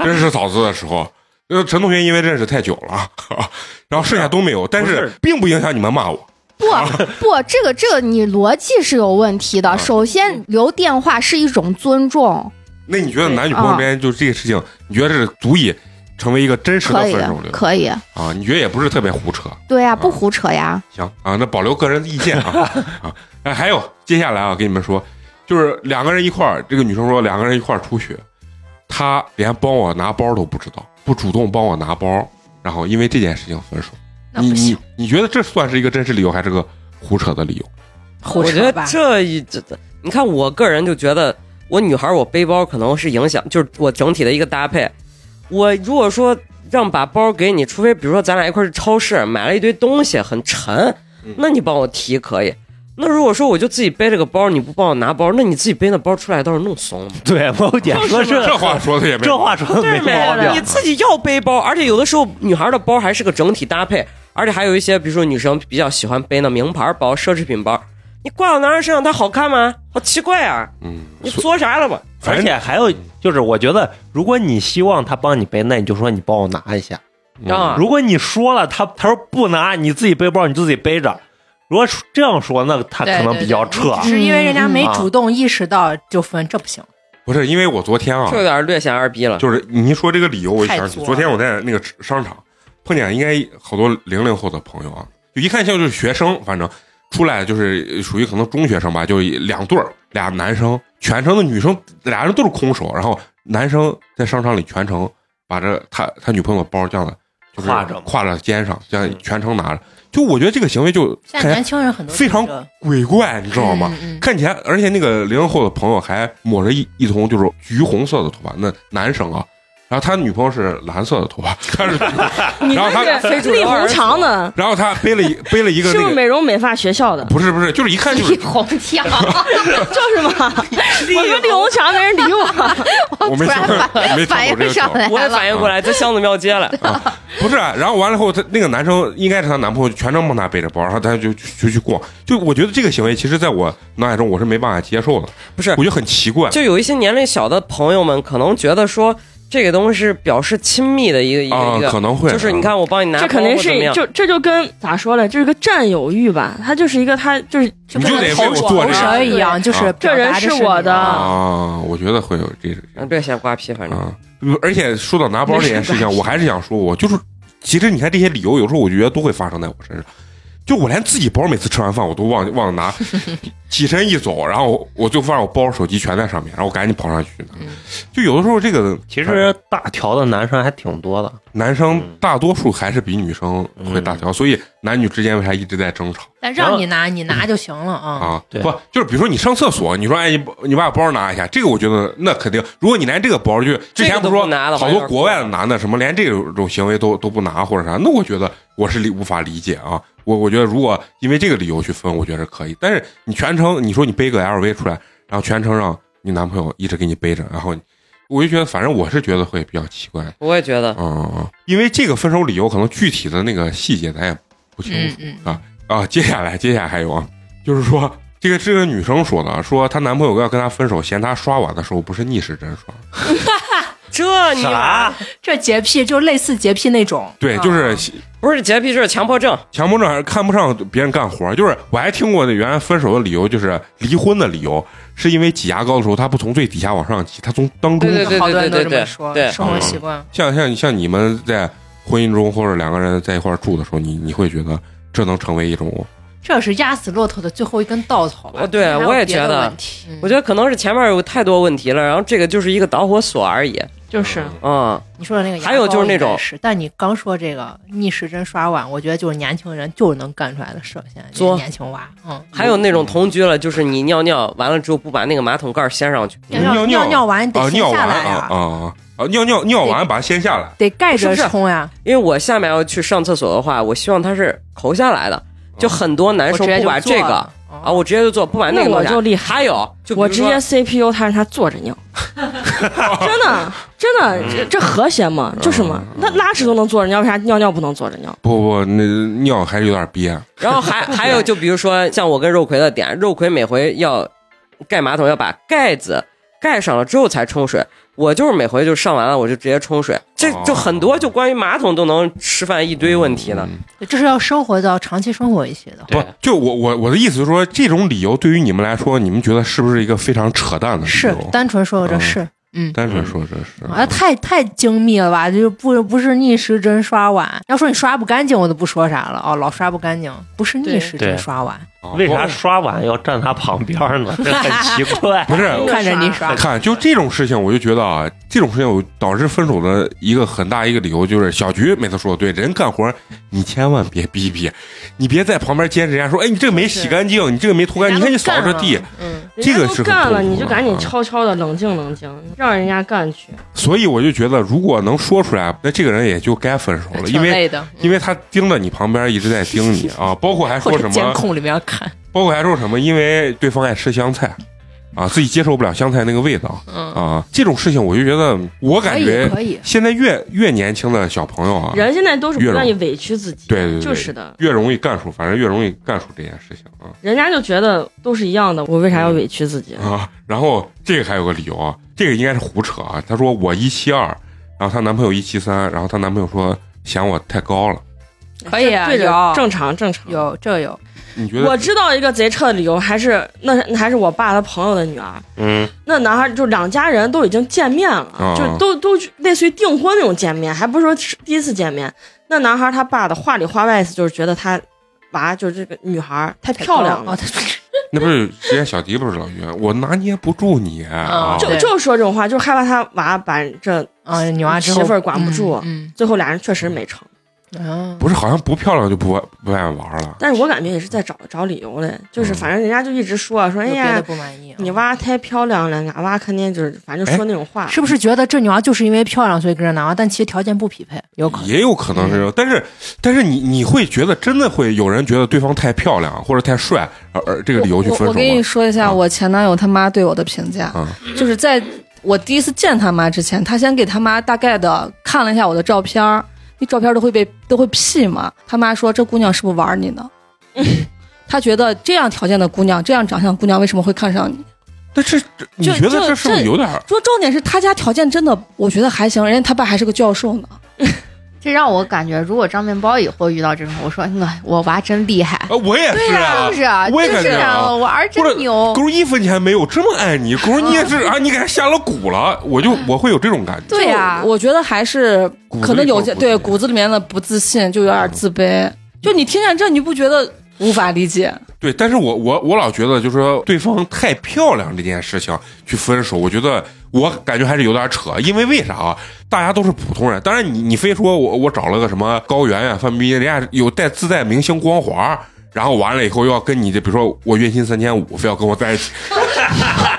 认识嫂子的时候。呃，陈同学因为认识太久了， 然后剩下都没有，但不是是并不影响你们骂我。不不，这个这个你逻辑是有问题啊的。首先留电话是一种尊重，那你觉得男女朋友之间就这个事情，你觉得这足以成为一个真实的可以分的手流可以，啊？你觉得也不是特别胡扯？对呀、不胡扯呀。行啊，那保留个人的意见 啊啊！哎，还有接下来啊，跟你们说，就是两个人一块儿，这个女生说两个人一块儿出去，她连帮我拿包都不知道，不主动帮我拿包，然后因为这件事情分手。那你不你行，你觉得这算是一个真实理由，还是个胡扯的理由？胡我觉扯得吧。这一这，这你看我个人就觉得，我女孩儿我背包可能是影响，就是我整体的一个搭配。我如果说让把包给你，除非比如说咱俩一块儿去超市买了一堆东西很沉，嗯那你帮我提可以。那如果说我就自己背着个包，你不帮我拿包，那你自己背那包出来倒是弄怂了嘛。对某姐说这这话说的也没这话错说的没毛对你病。自己要背包，而且有的时候女孩的包还是个整体搭配，而且还有一些，比如说女生比较喜欢背那名牌包、奢侈品包，你挂到男人身上，它好看吗？好奇怪啊！嗯，你作啥了吧？反而正且还有就是，我觉得如果你希望他帮你背，那你就说你帮我拿一下。嗯啊如果你说了他，他说不拿，你自己背包你就自己背着。如果这样说，那他可能比较扯。只是因为人家没嗯主动意识到就分，这不行。不是因为我昨天啊这，有点略显二逼了。就是你一说这个理由，我就太想起作昨天我在那个商场碰见，应该好多零零后的朋友啊，就一看像就是学生，反正出来就是属于可能中学生吧，就两对儿俩男生，全程的女生俩人都是空手，然后男生在商场里全程把这他他女朋友的包这样的就是挎着挎着肩上，这样嗯全程拿着，就我觉得这个行为就看现在起来年轻人很多非常都是这鬼怪，你知道吗？嗯嗯嗯看起来，而且那个零零后的朋友还抹着一一头就是橘红色的头发，那男生啊，然后他女朋友是蓝色的头发， 但是你然后他那是非主流力二红人长的，然后他背了一背了一个是那不是个，美容美发学校的？不是不是，就是一看 就是李红强，就是嘛。我说李红强没人理我，我没突然听过没反反听过这应会个上梗，来我也了。反应过来，在巷子庙 街了。不是啊、然后完了后，他那个男生应该是她男朋友，全程帮她背着包，然后他就就就去逛，就我觉得这个行为其实在我脑海中我是没办法接受的，不是我觉得很奇怪。就有一些年龄小的朋友们可能觉得说，这个东西是表示亲密的一个一个啊一，个，可能会就是你啊看我帮你拿包或这肯怎么定样，是就这就跟咋说呢，这是个占有欲吧？他就是一个他就是你就得为我做种这毒个蛇一样，就是这人是我的啊，我觉得会有这种。啊略显瓜皮，反正啊，而且说到拿包这件事情，没事我还是想说，我就是其实你看这些理由，有时候我觉得都会发生在我身上。就我连自己包每次吃完饭我都忘忘拿，起身一走，然后我就发现我包、手机全在上面，然后我赶紧跑上去拿。就有的时候这个其实嗯大条的男生还挺多的。男生大多数还是比女生会大条，所以男女之间为啥一直在争吵但让你拿，你拿就行了啊。啊？对不就是比如说你上厕所，你说哎你你把包拿一下，这个我觉得那肯定，如果你连这个包就之这前个不都是说不拿的话好多国外的男的什么连这种行为都都不拿或者啥，那我觉得我是理无法理解啊。我我觉得如果因为这个理由去分，我觉得是可以。但是你全程你说你背个 LV 出来，然后全程让你男朋友一直给你背着，然后你我就觉得反正我是觉得会比较奇怪。我也觉得嗯，嗯嗯，因为这个分手理由可能具体的那个细节咱也不清楚嗯嗯，啊。接下来接下来还有啊，就是说这个这个女生说的啊，说她男朋友要跟她分手，嫌她刷碗的时候不是逆时针刷，这你啥？这洁癖就类似洁癖那种，对，哦就是不是洁癖，这是强迫症。强迫症还是看不上别人干活儿，就是我还听过那原来分手的理由，就是离婚的理由，是因为挤牙膏的时候他不从最底下往上挤，他从当中对对挤对好多人都这对么说，对嗯生活习惯。像像像你们在婚姻中或者两个人在一块儿住的时候，你你会觉得这能成为一种这是压死骆驼的最后一根稻草吧哦？对还有我也别的觉得问题嗯我觉得可能是前面有太多问题了，然后这个就是一个导火索而已。就是嗯，你说的那个牙膏还有就是那种应该是，但你刚说这个逆时针刷碗，我觉得就是年轻人就是能干出来的事儿。现在作这些年轻娃，嗯，还有那种同居了，就是你尿尿完了之后不把那个马桶盖掀上去，尿尿尿尿完得啊先尿下完来呀啊，啊啊尿尿尿完把它掀下来，得盖是不着是冲呀。因为我下面要去上厕所的话，我希望它是抠下来的。就很多男我生直接不就把做这个了啊，我直接就做，不把个那我弄下就厉害还有，就比我如直说接 CPU 他让他 坐着尿，真的真嗯的，这这和谐吗？就是嘛，那拉屎都能坐着尿，为啥尿尿不能坐着尿？不不，那尿还有点憋，啊 然 后还还有，就比如说像我跟肉葵的点，肉葵每回要盖马桶要把盖子盖上了之后才冲水，我就是每回就上完了我就直接冲水，这哦就很多就关于马桶都能吃饭一堆问题呢。嗯对这是要生活到长期生活一起的。不对，就我我我的意思是说，这种理由对于你们来说，你们觉得是不是一个非常扯淡的理是由？哎单纯说这是，嗯。单纯说这是啊，太太精密了吧？就是不不是逆时针刷碗，要说你刷不干净，我都不说啥了。哦，老刷不干净，不是逆时针对刷碗，啊为啥刷碗要站他旁边呢？这很奇 。怪不是看着你啊刷。看，就这种事情，我就觉得啊，这种事情我导致分手的一个很大一个理由就是小菊每次说的对，人干活你千万别逼逼，你别在旁边监视人家说，哎，你这个没洗干净，你这个没拖干净，你看你扫人家这都干地了，，嗯，这个人家是都很干了，痛苦你就的赶紧啊悄悄的冷静冷静，让人家干去。所以我就觉得，如果能说出来，那这个人也就该分手了，因哎挺为累的。嗯因为他盯着你旁边一直在盯你 啊，包括还或说者什监么，控里面要看，包括还说什么，因为对方爱吃香菜。啊，自己接受不了香菜那个味道嗯，啊，这种事情我就觉得，我可感以觉可以，现在越越年轻的小朋友啊，人现在都是不越容愿意委屈自己，对对对就是的，越容易干出，反正越容易干出这件事情啊人家就觉得都是一样的，我为嗯啥要委屈自己？嗯啊！然后这个还有个理由啊，这个应该是胡扯啊。她说我一七二，然后她男朋友一七三，然后她男朋友说嫌我太高了。可以啊对着有正常正常。有这有，你觉得我知道一个贼扯的理由，还是那那还是我爸他朋友的女儿。嗯，那男孩就两家人都已经见面了，啊就都都类似于订婚那种见面，还不是说第一次见面。那男孩他爸的话里话外意思就是觉得他娃就是这个女孩太漂亮了，哦，他那不是之前小迪不是老约我拿捏不住你啊啊？就对就是说这种话，就是害怕他娃把这 啊，女娃之后媳妇儿管不住嗯，最后俩人确实没成。嗯不是，好像不漂亮就不不爱玩了。但是我感觉也是在找找理由嘞，就嗯是反正人家就一直说、说，啊，哎有别呀的，不满意啊，你娃太漂亮了，俺娃肯定就是反正就说那种话。是不是觉得这女娃就是因为漂亮所以跟这男娃，但其实条件不匹配，有可能。也有可能是，但是但是你你会觉得真的会有人觉得对方太漂亮或者太帅，而而这个理由去我分手吗？我我给你说一啊下我前男友他妈对我的评价，啊就是在我第一次见他妈之前，他先给他妈大概的看了一下我的照片儿，那照片都会被都会 P 嘛。他妈说这姑娘是不是玩你呢？ 他觉得这样条件的姑娘，这样长相的姑娘为什么会看上你？但是这你就觉得就这是不是这有点儿说重点是他家条件真的，我觉得还行，人家他爸还是个教授呢。这让我感觉，如果张面包以后遇到这种，我说，哎我娃真厉害，啊？我也对是呀、是不是啊？我也就感是觉啊，啊我儿或者真牛。狗一分钱没有，这么爱你，狗你也是嗯啊，你给他下了蛊了，我就我会有这种感觉。对呀、我觉得还是骨子可能里有头些不自对信骨子里面的不自信，就有点自卑。就你听见这，你不觉得无法理解？对，但是我我我老觉得，就是说对方太漂亮这件事情去分手，我觉得我感觉还是有点扯，因为为啥啊？大家都是普通人，当然你你非说我我找了个什么高圆圆、范冰冰，人家有带自带明星光环，然后完了以后又要跟你这，比如说我月薪三千五，非要跟我在一起，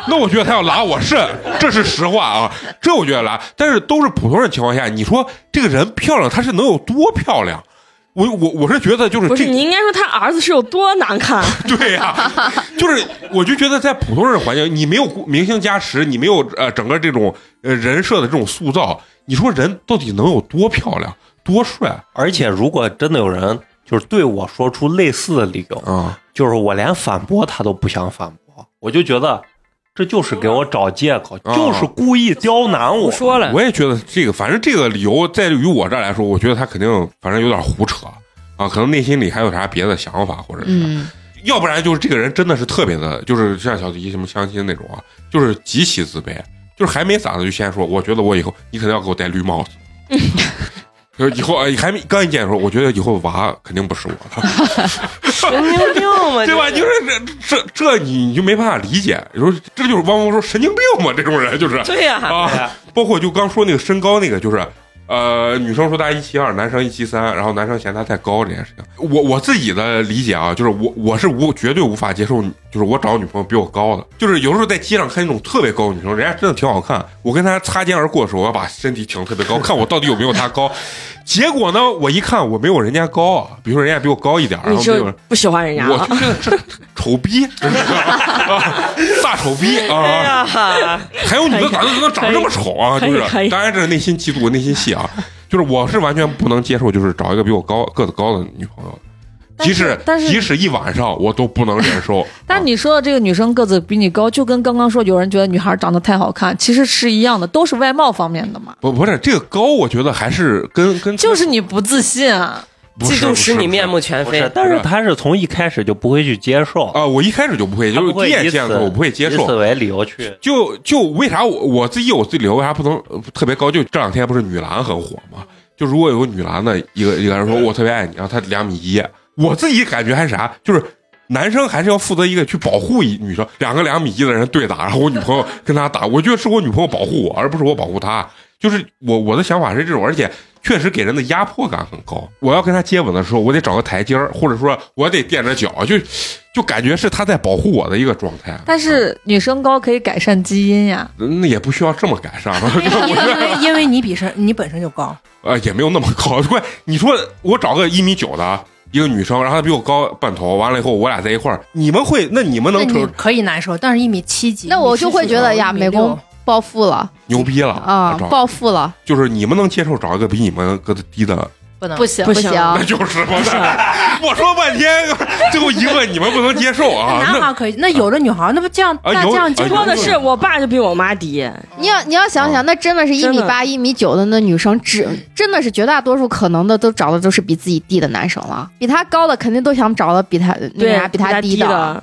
那我觉得他要拉我肾，这是实话啊，这我觉得拉。但是都是普通人情况下，你说这个人漂亮，她是能有多漂亮？我我我是觉得就是不是，这个你应该说他儿子是有多难看， 对呀、就是我就觉得在普通人环境，你没有明星加持，你没有呃整个这种呃人设的这种塑造，你说人到底能有多漂亮、多帅而且如果真的有人就是对我说出类似的理由，啊？就是我连反驳他都不想反驳，我就觉得这就是给我找借口，啊就是故意刁难不。我说了，我也觉得这个，反正这个理由在于我这儿来说，我觉得他肯定反正有点胡扯啊，可能内心里还有啥别的想法，或者是、嗯，要不然就是这个人真的是特别的，就是像小迪什么相亲那种啊，就是极其自卑，就是还没咋的就先说，我觉得我以后你肯定要给我戴绿帽子。就是以后哎还没刚一见的时候，我觉得以后娃肯定不是我的，神经病哎嘛，对吧？就是这这这你你就没办法理解，你说这就是汪峰说神经病嘛，这种人就是对呀、啊，包括就刚说那个身高那个，就是呃，女生说她一七二，男生一七三，然后男生嫌她太高这件事情，我我自己的理解啊，就是我我是无绝对无法接受女，就是我找女朋友比我高的，就是有时候在街上看那种特别高的女生，人家真的挺好看，我跟她擦肩而过的时候，我要把身体挺特别高，看我到底有没有她高，结果呢，我一看我没有人家高啊，比如说人啊家比我高一点，然你后没有就人。不喜欢人家我了就。觉得这丑逼， 真是啊大丑逼啊！哎呀，还有你们咋能长这么丑啊？可就以是可，以当然这是内心嫉妒，我内心戏啊。就是我是完全不能接受，就是找一个比我高个子高的女朋友，但即是使但是即使一晚上我都不能忍受。但是你说的这个女生个子比你高，就跟刚刚说有人觉得女孩长得太好看，其实是一样的，都是外貌方面的嘛。不不是这个高，我觉得还是跟跟就是你不自信啊，不是嫉妒不使是你不是面目全不是非，。但是他是从一开始就不会去接受，啊！我一开始就不会，他就是不会第一眼以见此的时候我不会接以此受。为理由去。就就为啥我我自己有我自己理由，为啥不能呃特别高？就这两天不是女篮很火嗯嘛？就如果有个女篮的一个一个人说我特别爱你，然后她两米一，我自己感觉还是啥，就是男生还是要负责一个去保护一女生，两个两米一的人对打，然后我女朋 友跟他打，我觉得是我女朋友保护我，而不是我保护她。就是我我的想法是这种，而且确实给人的压迫感很高。我要跟她接吻的时候，我得找个台阶儿，或者说我得垫着脚，就就感觉是她在保护我的一个状态。但是女生高可以改善基因呀。那也不需要这么改善 吧？ 因为 因为因为你比身你本身就高，呃，也没有那么高。关你说我找个一米九的一个女生，然后她比我高半头，完了以后我俩在一块儿，你们会？那你们那能你成可以难受，但是一米七啊几，那我就会觉得呀，美工工暴富了牛逼了啊，找暴富了，就是你们能接受找一个比你们个子低的？啊不能不行不行行， 那就是嘛。啊我说半天，最后一问你们不能接受啊？男那孩可以，那有的女孩那不这样，啊那有这 样接啊受有说的是我爸就比我妈低，你要你要想想，那真的是一真米的八、一米九的那女生，只真的是绝大多数可能的都找的都是比自己低的男生了，比他高的肯定都想找的比他那对啥，比他他低的。，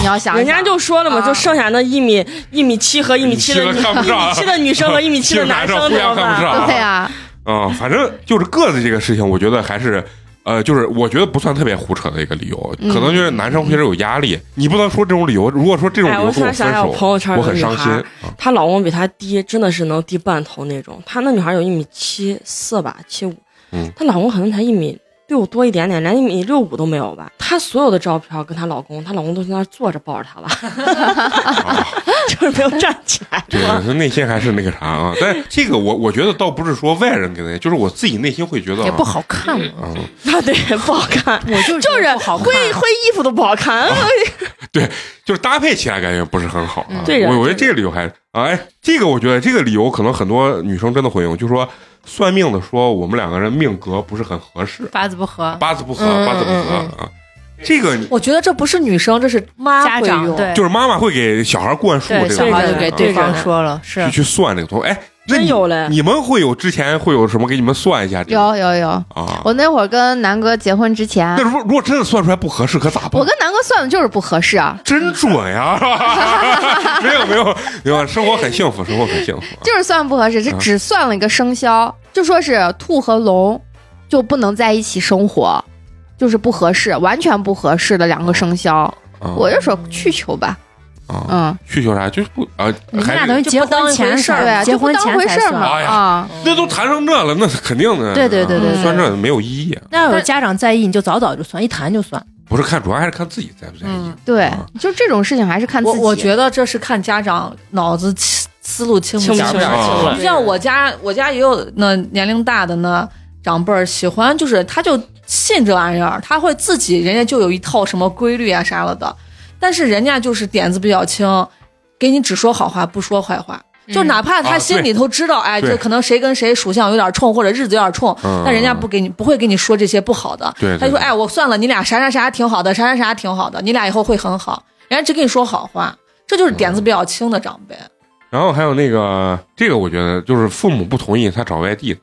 你要想一想，人家就说了嘛，啊就剩下那一米一米七和一米七的一米女七的看不一上啊米七的女生和一米七的男生互怎么相看不办？上啊对呀，啊、反正就是个子这个事情，我觉得还是。呃，就是我觉得不算特别胡扯的一个理由，嗯可能就是男生确实有压力，你不能说这种理由。如果说这种哎，理由我跟突我分然想起来，手我，朋友圈哎我有个很女伤心孩，。她老公比她低，真的是能低半头那种。她那女孩有一米七四吧，七五嗯，她老公可能才一米六多一点点，连一米六五都没有吧。她所有的照片跟她老公，她老公都在那儿坐着抱着她了， 啊就是没有站起来对，他内心还是那个啥啊。但是这个我我觉得倒不是说外人给的，就是我自己内心会觉得也不好看嘛，啊、嗯啊，对，不好看， 我就就觉是得不好看灰灰衣服都不好看。啊就是搭配起来感觉不是很好嗯啊。对呀我我觉对得这个呀理由还啊哎，这个我觉得这个理由可能很多女生真的会用，就说算命的说我们两个人命格不是很合适，八字不合，八字不合，嗯八字不合嗯啊。这个我觉得这不是女生，这是妈家会长用。对就是妈妈会给小孩灌输这对个小东西啊，孩就给对方对说了，是去去算这个东西。哎，那真你有嘞你们会有之前会有什么给你们算一下这个？有有有，啊。我那会儿跟南哥结婚之前那，如果如果真的算出来不合适，可咋办？我跟南哥算的就是不合适啊，真准呀！ 没有没有没有，生活很幸福，生活很幸哦福。 就是算不合适，是嗯啊只算了一个生肖，就说是兔和龙就不能在一起生活，就是不合适，完全不合适的两个生肖。哦啊我就说去求吧，啊，嗯，需求啥就是不啊，你们还俩是等于结婚前事对儿，啊，结就不婚当前回才事儿算嘛，哎呀啊，那都谈成这了，那是肯定的。对对对对啊对算这没有意义，那要有家长在意，你就早早就算，一谈就算。不是看，主要还是看自己在不在意嗯。对啊，就这种事情还是看自我己。我觉得这是看家长脑子清思路清不清不清家清长楚。啊了？就像我家，我家也有那年龄大的呢长辈儿喜欢，就是他就信这玩意儿，他会自己人家就有一套什么规律啊啥了的，但是人家就是点子比较轻，给你只说好话不说坏话。就哪怕啊他对心里头知道，哎，对这可能谁跟谁属相有点冲，或者日子有点冲，嗯但人家不给你，不会给你说这些不好的。对对他就说，哎对哎，我算了，你俩啥啥啥挺好的，啥啥啥挺好的，你俩以后会很好。人家只给你说好话，这就是点子比较轻的长辈。然后还有那个，这个我觉得就是父母不同意他找外地，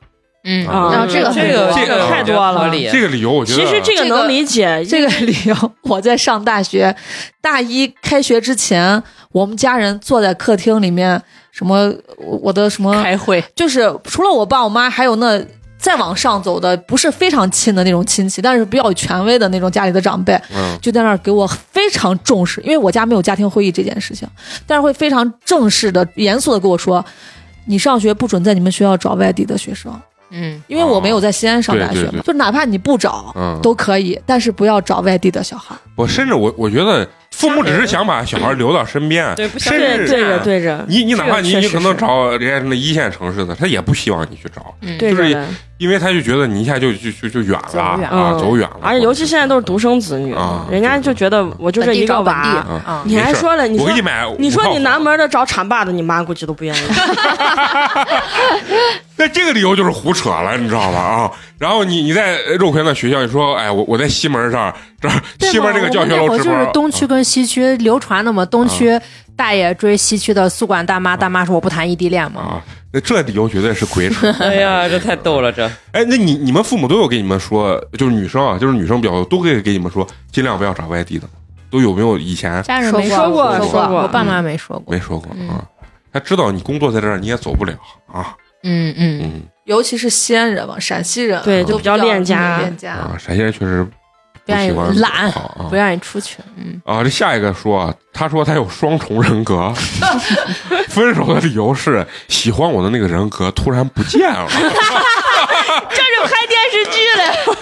嗯，啊然后这个很这个多这个太多了合理这个理由我觉得哦其实这个能理解， 这个理由，我在上大学大一开学之前，我们家人坐在客厅里面，什么我的什么，开会就是除了我爸我妈，还有那再往上走的，不是非常亲的那种亲戚，但是比较有权威的那种家里的长辈，嗯就在那儿给我非常重视，因为我家没有家庭会议这件事情，但是会非常正式的、严肃的跟我说，你上学不准在你们学校找外地的学生，嗯，因为我没有在西安上哦大学嘛，对对对就哪怕你不找。嗯，都可以，但是不要找外地的小孩。我甚至我我觉得父母只是想把小孩留到身边，对不想甚对至啊对着对着你你哪怕你这你个确实是可能找人家那一线城市的，他也不希望你去找，对就是着的，因为他就觉得你一下就就就就远了走远啊，嗯走远了。而且尤其现在都是独生子女啊，人家就觉得我就这一个本地找娃本，啊，你还说了，你我说给你买，你说你南，门的找厂坝的，你妈估计都 不愿意。那这个理由就是胡扯了，你知道吧？啊，然后你你在肉魁那学校，你说哎，我我在西门这儿这儿西门这个教学楼我们那会直啊儿就是班，东区跟西区流传的嘛，东区大爷追西区的宿管大妈，大妈说我不谈异地恋嘛。啊，那这理由绝对是鬼 扯。哎呀，这太逗了，这哎，那你你们父母都有给你们说，就是女生啊，就是女生比较多，都会给你们说，尽量不要找外地的，都有没有以前家人说没过过，说过我爸妈没说过没。说过啊？他知道你工作在这儿，你也走不了啊。嗯嗯，嗯尤其是西安人嘛，陕西人啊对都就比较恋家恋家。啊，陕西人确实不喜欢愿意懒跑啊不愿意出去，啊，这下一个说，啊，他说他有双重人格，分手的理由是喜欢我的那个人格突然不见了。这就拍电视剧了，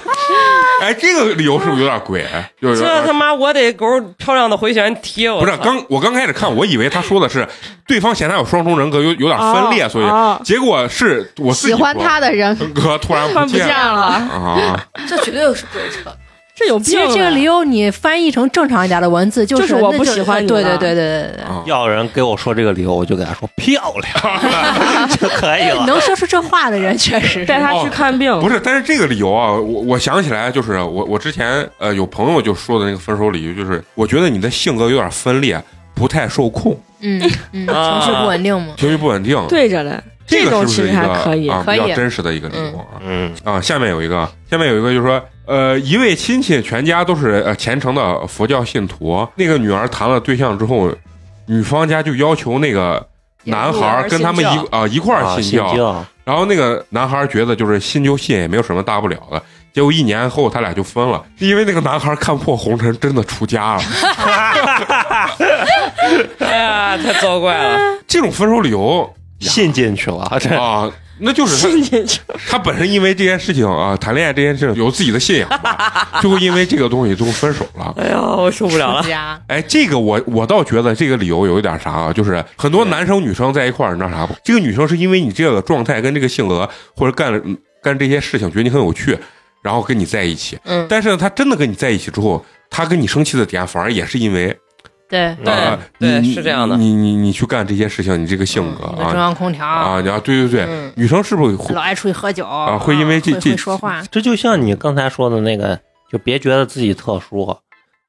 哎，这个理由 是不是有点鬼？有有这他点。妈我得狗漂亮的回旋踢我不是操刚我刚开始看，我以为他说的是对方嫌他有双重人格，有有点分裂，哦所哦以结果是我自己喜欢说他的人人格突然看不不见见了了，啊！ 这绝对是鬼扯。这有其病啊实了。这个理由你翻译成正常一点的文字，就是就是我不喜欢你对对了对对对对啊要有人给我说这个理由，我就给他说漂亮 就可以对，了。能说出这话的人确实带是。他去看病，哦不是，但是这个理由啊，我我想起来，就是我我之前呃有朋友就说的那个分手理由，就是我觉得你的性格有点分裂，不太受控，嗯嗯啊情绪不稳定嘛，情绪不稳定。，对着嘞，这这个种是其不是实一个还可以，啊、可以比较真实的一个理由啊、嗯，啊。下面有一个，下面有一个就是说，呃，一位亲戚全家都是呃虔诚的佛教信徒，那个女儿谈了对象之后，女方家就要求那个男孩儿跟他们一信啊、一块儿啊信信教。教，然后那个男孩觉得就是信就信，也没有什么大不了的。结果一年后他俩就分了，因为那个男孩看破红尘，真的出家 了。哎呀，太糟怪 了，这种分手理由信进去了，这啊，那就是信进去。他他本身因为这件事情啊，谈恋爱这件事情有自己的信仰吧，就会因为这个东西最后分手了。哎呀，我受不了了。家，哎，这个我我倒觉得这个理由有一点啥啊，就是很多男生女生在一块儿，你知道啥不？这个女生是因为你这个状态跟这个性格，或者干嗯干这些事情，觉得你很有趣，然后跟你在一起。嗯但是呢，她真的跟你在一起之后，她跟你生气的点反而也是因为对对啊，对你是这样的你你你去干这些事情，你这个性格嗯中啊央空调，啊，你要对对对嗯，女生是不是会老爱出去喝酒啊会因为这这会说话，这就像你刚才说的那个，就别觉得自己特殊，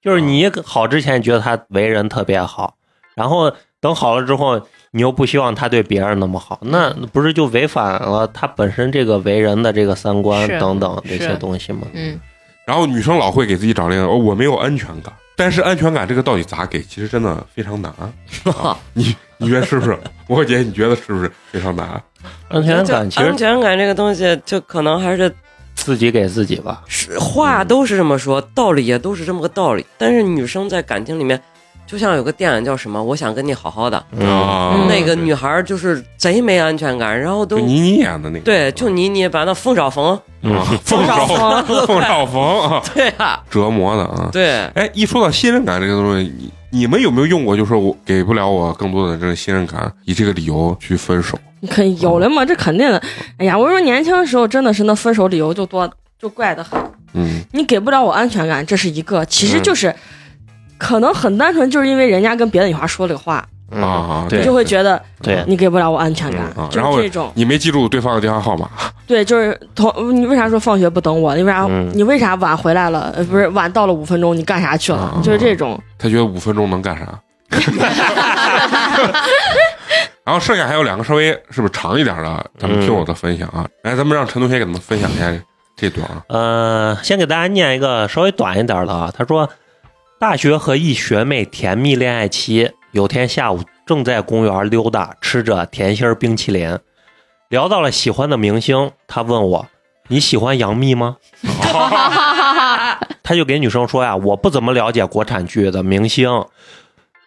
就是你啊好之前觉得他为人特别好，然后等好了之后，你又不希望他对别人那么好，那嗯不是就违反了他本身这个为人的这个三观是等等这些是东西吗？嗯然后女生老会给自己找那个、哦我没有安全感，但是安全感这个到底咋给，其实真的非常难。啊、你你觉得是不是？我姐，你觉得是不是非常难？啊安全感其就安实全感这个东西，就可能还是自己给自己吧，是嗯话都是这么说，道理也都是这么个道理。但是女生在感情里面，就像有个电影叫什么，我想跟你好好的，嗯，啊那个女孩儿就是贼没安全感，然后对都就倪妮演的那个，对，就倪妮把那凤少逢， 嗯嗯凤少凤 少冯，凤少冯啊，对啊，折磨的啊。对，哎，一说到信任感这个东西，你你们有没有用过？就是我给不了我更多的这个信任感，以这个理由去分手你可以有了嘛？这肯定的。哎呀，我说年轻的时候真的是那分手理由就多就怪得很。嗯，你给不了我安全感，这是一个，其实就是、可能很单纯，就是因为人家跟别的女孩说了个话，哦嗯啊对你就会觉得对，你给不了我安全感，嗯啊就然后是这种。你没记住对方的电话号码，对，就是同你为啥说放学不等我？你为啥、嗯你为啥晚回来了？呃，不是晚到了五分钟，你干啥去了？嗯就是这种。他觉得五分钟能干啥？ 然后剩下还有两个稍微是不是长一点的，咱们听我的分享啊。嗯来，咱们让陈同学给咱们分享一下这段啊。呃，先给大家念一个稍微短一点的啊。他说，大学和一学妹甜蜜恋爱期，有天下午正在公园溜达，吃着甜心儿冰淇淋，聊到了喜欢的明星。他问我，你喜欢杨幂吗？ 他就给女生说呀，我不怎么了解国产剧的明星，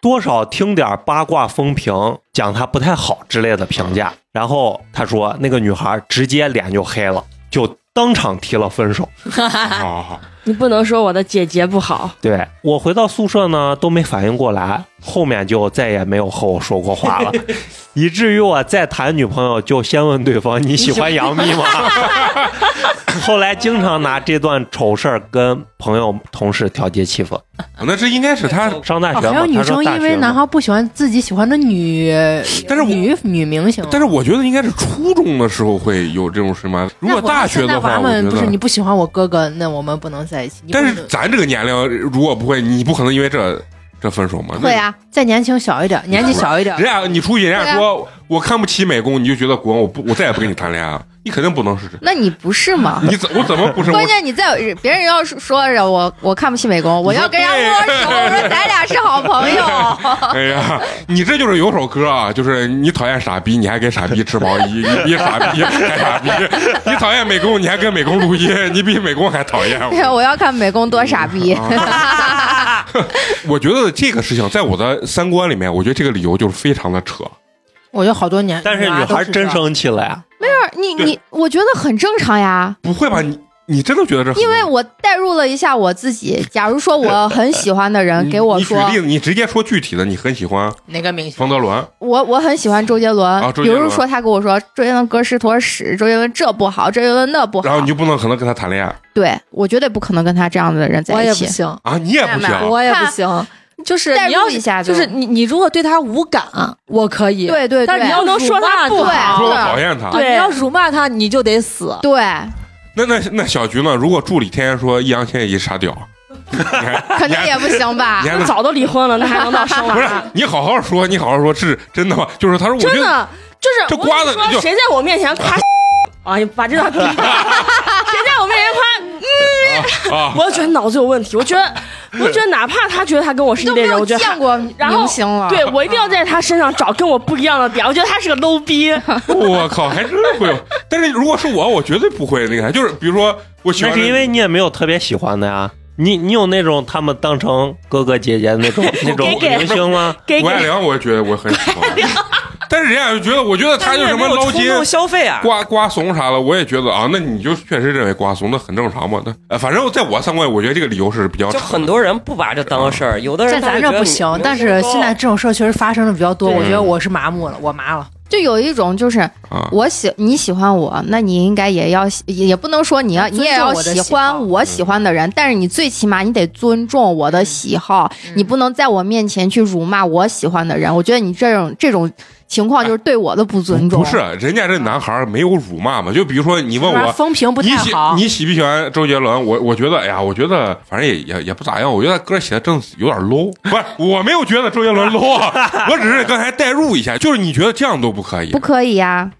多少听点八卦风评，讲她不太好之类的评价。然后他说，那个女孩直接脸就黑了，就当场提了分手。好好好，你不能说我的姐姐不好，对我回到宿舍呢，都没反应过来，后面就再也没有和我说过话 了，以至于我再谈女朋友就先问对方你喜欢杨 幂吗？后来经常拿这段丑事儿跟朋友同事调节气氛。那这应该是他，上大学嘛，哦还有女生因为男孩孩不喜欢自己喜欢的女，但是我女女明星，但是我觉得应该是初中的时候会有这种什么。如果大学的话，那我我觉们不是你得。不喜欢我哥哥，那我们不能在一起。你不但能是咱这个年龄，如果不会，你不可能因为这这分手嘛？会啊，再年轻小一点，年纪小一点人，家你出去，人家啊说、我看不起美工，你就觉得滚，我不，我再也不跟你谈恋爱了。你肯定不能是这， 那你不是 吗？你怎我怎么不是？我关键你在别人要是说着我我看不起美工，我要跟人家握手，我说咱俩是好朋友。 哎呀，你这就是有首歌啊，就是你讨厌傻逼，你还给傻逼织毛衣，你比傻逼还傻逼；你讨厌美工，你还跟美工录音，你比美工还讨厌。 对，我要看美工多傻逼。嗯啊我觉得这个事情在我的三观里面，我觉得这个理由就是非常的扯。我觉得好多年。但是女娃都孩是这真样生气了呀，你你，我觉得很正常呀，不会吧？你你真的觉得这很？因为我代入了一下我自己。假如说我很喜欢的人你给我你说举，例子，你直接说具体的，你很喜欢哪个明星？冯德伦，我我很喜欢周杰伦，啊周比杰伦如说他跟我说周杰伦歌是坨屎，周杰伦这不好，周杰伦那不然后好你，就不能可能跟他谈恋爱对我绝对不可能跟他这样的人我在也一不起。行，啊？你也不那行。我也不行。就是代你入要一下就就是你你如果对他无感，我可以。对对但是对你要不能辱说骂他不不好好说我讨厌他，啊你要辱骂他，你就得死。对，那那那小菊呢？如果助理天天说易烊千玺傻 屌，肯定也不行啊吧你？还能早都离婚了，那还能闹生不是娃？你好好说，你好好说，是真的吗？就是他说，我觉啊真得的就是这我跟瓜你子说就谁在我面 前夸啊，你把这段逼掉。谁在我面前夸，啊， 我就觉得脑子有问题。我觉得， 我觉得哪怕他觉得他跟我是一都没类人，有我觉得见他。过然后明星了。对，我一定要在他身上找跟我不一样的点。我觉得他是个 low 逼，我靠，还真会有。但是如果是我，我绝对不会那个，就是比如说我喜那欢的，是因为你也没有特别喜欢的呀。你你有那种他们当成哥哥姐姐那种 那种给给明星吗？给谷给爱凌，我觉得我很喜欢。但是人家就觉得，我觉得他但就是什没么有捞冲金、动消费啊，瓜瓜怂啥的，我也觉得啊，那你就确实认为瓜怂，那很正常嘛。那呃反正在我三观，我觉得这个理由是比较就扯很多人不把这当个事儿，有的在人他咱就觉这儿得不你行，但是现在这种事儿确实发生的比较多，对我觉得我是麻木了，我麻了。就有一种就是啊。我喜你喜欢我，那你应该也要喜也也不能说你要尊你重也要我的喜喜好欢我喜欢的嗯人，但是你最起码你得尊重我的喜好，嗯你不能在我面前去辱骂我喜欢的人。我觉得你这种这种情况就是对我的不尊重。不是，，啊人家这男孩儿没有辱骂嘛？就比如说你问是吧我，风评不太好你喜，你喜不喜欢周杰伦？我我觉得，哎呀，我觉得反正也也也不咋样。我觉得歌写的真有点 low，不是，我没有觉得周杰伦 low，啊，我只是刚才代入一下，就是你觉得这样都不可以不。可以呀、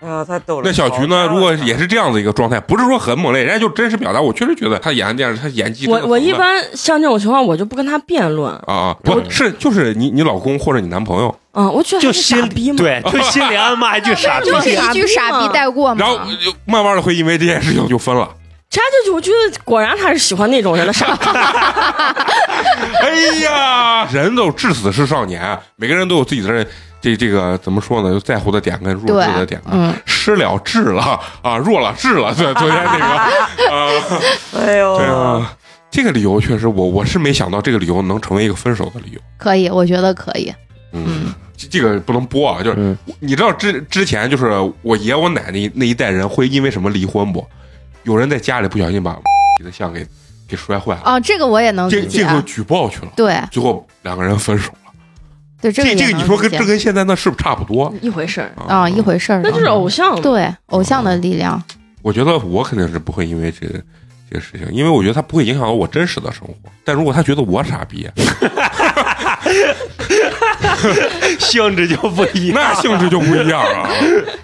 啊，太逗了。那小菊呢？如果也是这样的一个状态，不是说很猛烈，人家就真实表达。我确实觉得他演的电视，他演技真的我很我一棒般像这种情况，我就不跟他辩论。啊啊，不是就是你你老公或者你男朋友，嗯，我觉得 就他是心傻逼嘛。对，就心里暗骂一句傻逼。就是一句傻逼傻逼嘛带过然后嘛。就慢慢的会因为这件事情就分了。其他就我觉得果然他是喜欢那种人 的傻逼。哎呀，人都至死是少年，啊每个人都有自己的这这这个怎么说呢？就在乎的点跟弱对智的点，，啊嗯，失了智了 啊，弱了智了。对，昨天那 个啊，哎呦哦对啊，这个理由确实我我是没想到这个理由能成为一个分手的理由。可以，我觉得可以。嗯，这这个不能播啊，就是、嗯你知道之之前就是我爷我奶那那一代人会因为什么离婚不？有人在家里不小心把 的像给给摔坏了，哦，这个我也能这理这解。啊个举报去了，对最后两个人分手。对，这这个这也个能你说理跟解这跟现在那是不是差不多一回事儿，啊、一回事儿那就是了偶像嘛。对偶像的力量。我觉得我肯定是不会因为这个这个事情，因为我觉得他不会影响到我真实的生活。但如果他觉得我傻逼，性质就不一样。那性质就不一样啊。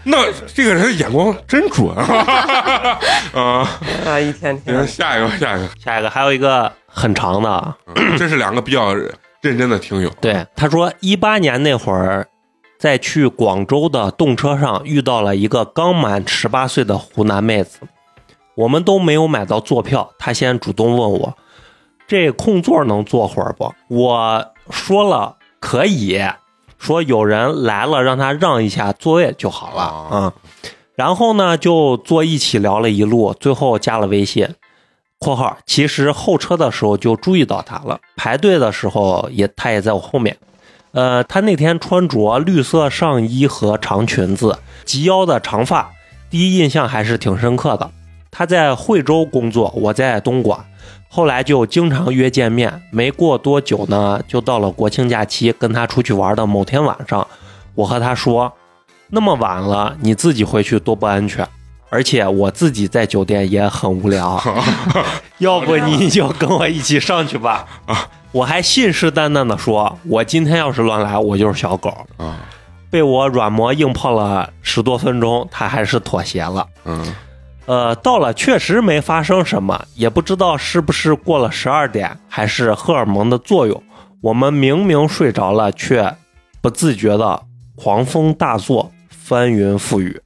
那这个人眼光真准啊！啊，啊，一天行天下一个，下一个， 下一个还有一个很长的啊，嗯这是两个比较认真的听友。对，他说一八年那会儿，在去广州的动车上遇到了一个刚满十八岁的湖南妹子，我们都没有买到坐票，她先主动问我，这空座能坐会儿不？我说了可以，说有人来了让他让一下座位就好了啊、哦嗯然后呢，就坐一起聊了一路，最后加了微信。括号，其实候车的时候就注意到他了，排队的时候也他也在我后面。呃，他那天穿着绿色上衣和长裙子，及腰的长发，第一印象还是挺深刻的。他在惠州工作，我在东莞，后来就经常约见面。没过多久呢，就到了国庆假期，跟他出去玩的某天晚上，我和他说：“那么晚了，你自己回去多不安全，而且我自己在酒店也很无聊，要不你就跟我一起上去吧。”我还信誓旦旦地说：“我今天要是乱来，我就是小狗。”啊，被我软磨硬泡了十多分钟，他还是妥协了。嗯，呃，到了确实没发生什么，也不知道是不是过了十二点，还是荷尔蒙的作用，我们明明睡着了，却不自觉的狂风大作，翻云覆雨。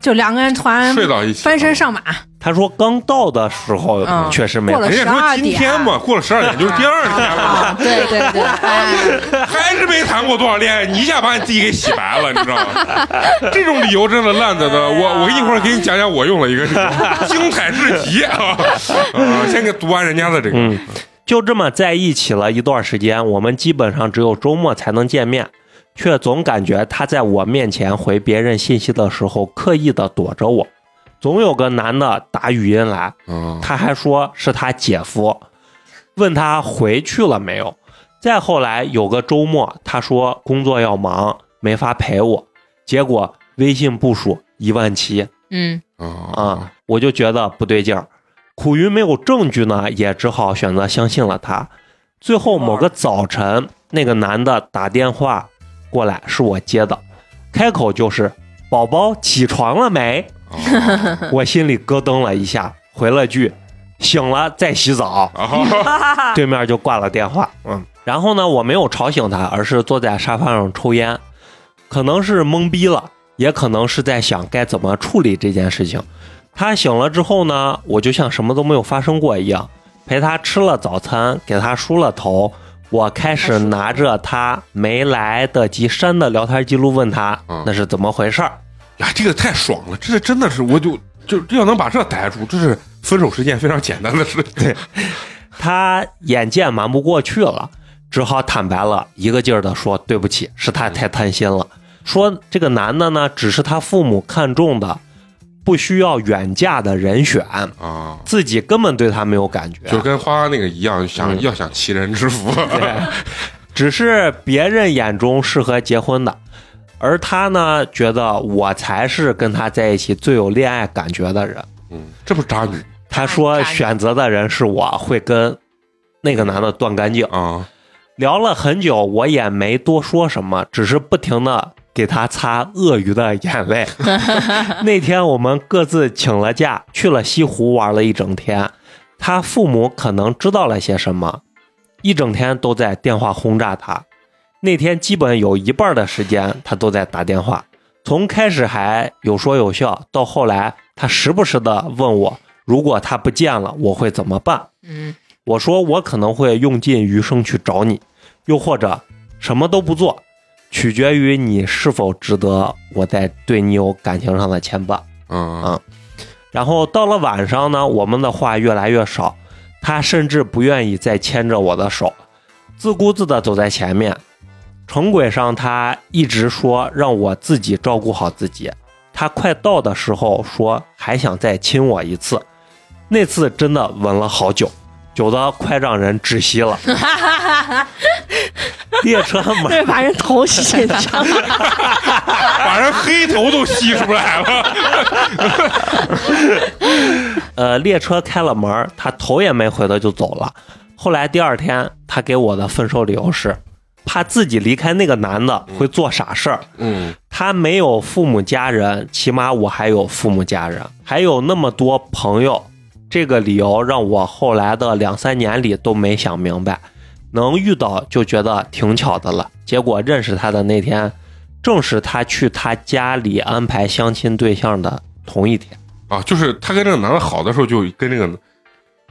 就两个人团睡到一起，嗯翻身。上马，他说刚到的时候嗯确实没过了有，人家说12今天嘛，过了十二点就是第二天了，啊，对对对， 哎，还是没谈过多少恋爱，你一下把你自己给洗白了，你知道 吗？这种理由真的烂的的，我我一会儿给你讲讲，我用了一个这 个精彩至极啊！啊，先给读完人家的这个，嗯，就这么在一起了一段时间，我们基本上只有周末才能见面，却总感觉他在我面前回别人信息的时候刻意的躲着我，总有个男的打语音来，嗯他还说是他姐夫，问他回去了没有。再后来有个周末，他说工作要忙，没法陪我，结果微信步数一万七，嗯，啊啊，我就觉得不对劲儿。苦于没有证据呢，也只好选择相信了他。最后某个早晨，那个男的打电话过来，是我接的，开口就是“宝宝起床了没啊！”，我心里咯噔了一下，回了句“醒了，在洗澡”。啊对面就挂了电话。嗯，然后呢，我没有吵醒他，而是坐在沙发上抽烟，可能是懵逼了，也可能是在想该怎么处理这件事情。他醒了之后呢，我就像什么都没有发生过一样，陪他吃了早餐，给他梳了头。我开始拿着他没来得及删的聊天记录问他嗯那是怎么回事儿， 呀，这个太爽了，这真的是，我就就要能把这逮住，这是分手是件非常简单的事情。 对，他眼见瞒不过去了，只好坦白了，一个劲儿的说对不起，是他太贪心了。说这个男的呢，只是他父母看中的，不需要远嫁的人选，啊。自己根本对他没有感觉，就跟花花那个一样，想、要想齐人之福，啊只是别人眼中适合结婚的，而他呢，觉得我才是跟他在一起最有恋爱感觉的人。嗯，这不是渣女他说选择的人是我，会跟那个男的断干净。啊！聊了很久，我也没多说什么，只是不停的给他擦鳄鱼的眼泪。那天我们各自请了假，去了西湖玩了一整天。他父母可能知道了些什么，一整天都在电话轰炸他。那天基本有一半的时间他都在打电话，从开始还有说有笑，到后来他时不时的问我，如果他不见了，我会怎么办？嗯，我说我可能会用尽余生去找你，又或者什么都不做，取决于你是否值得我再对你有感情上的牵绊。啊然后到了晚上呢，我们的话越来越少，他甚至不愿意再牵着我的手，自顾自的走在前面。城轨上，他一直说让我自己照顾好自己。他快到的时候说还想再亲我一次，那次真的吻了好久，久的快让人窒息了。列车马对，把人头洗的，把人黑头都吸出来了。呃，列车开了门儿，他头也没回的就走了。后来第二天，他给我的分手理由是，怕自己离开那个男的嗯会做傻事儿。嗯他没有父母家人，起码我还有父母家人，还有那么多朋友。这个理由让我后来的两三年里都没想明白，能遇到就觉得挺巧的了。结果认识他的那天，正是他去他家里安排相亲对象的同一天。啊，就是他跟这个男的好的时候，就跟这个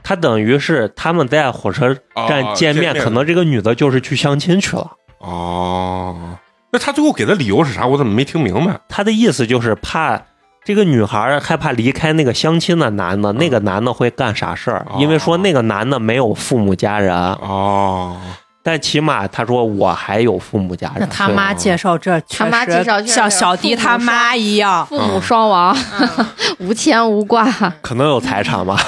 他等于是他们在火车啊站见面，可能这个女的就是去相亲去了。哦。那他最后给的理由是啥？我怎么没听明白？他的意思就是怕这个女孩儿害怕离开那个相亲的男的，那个男的会干啥事儿哦，因为说那个男的没有父母家人，哦，但起码他说我还有父母家那人。他妈介绍这，他妈确实介绍这像小迪他妈一 样，父啊母双亡， 无牵无挂，可能有财产 吧，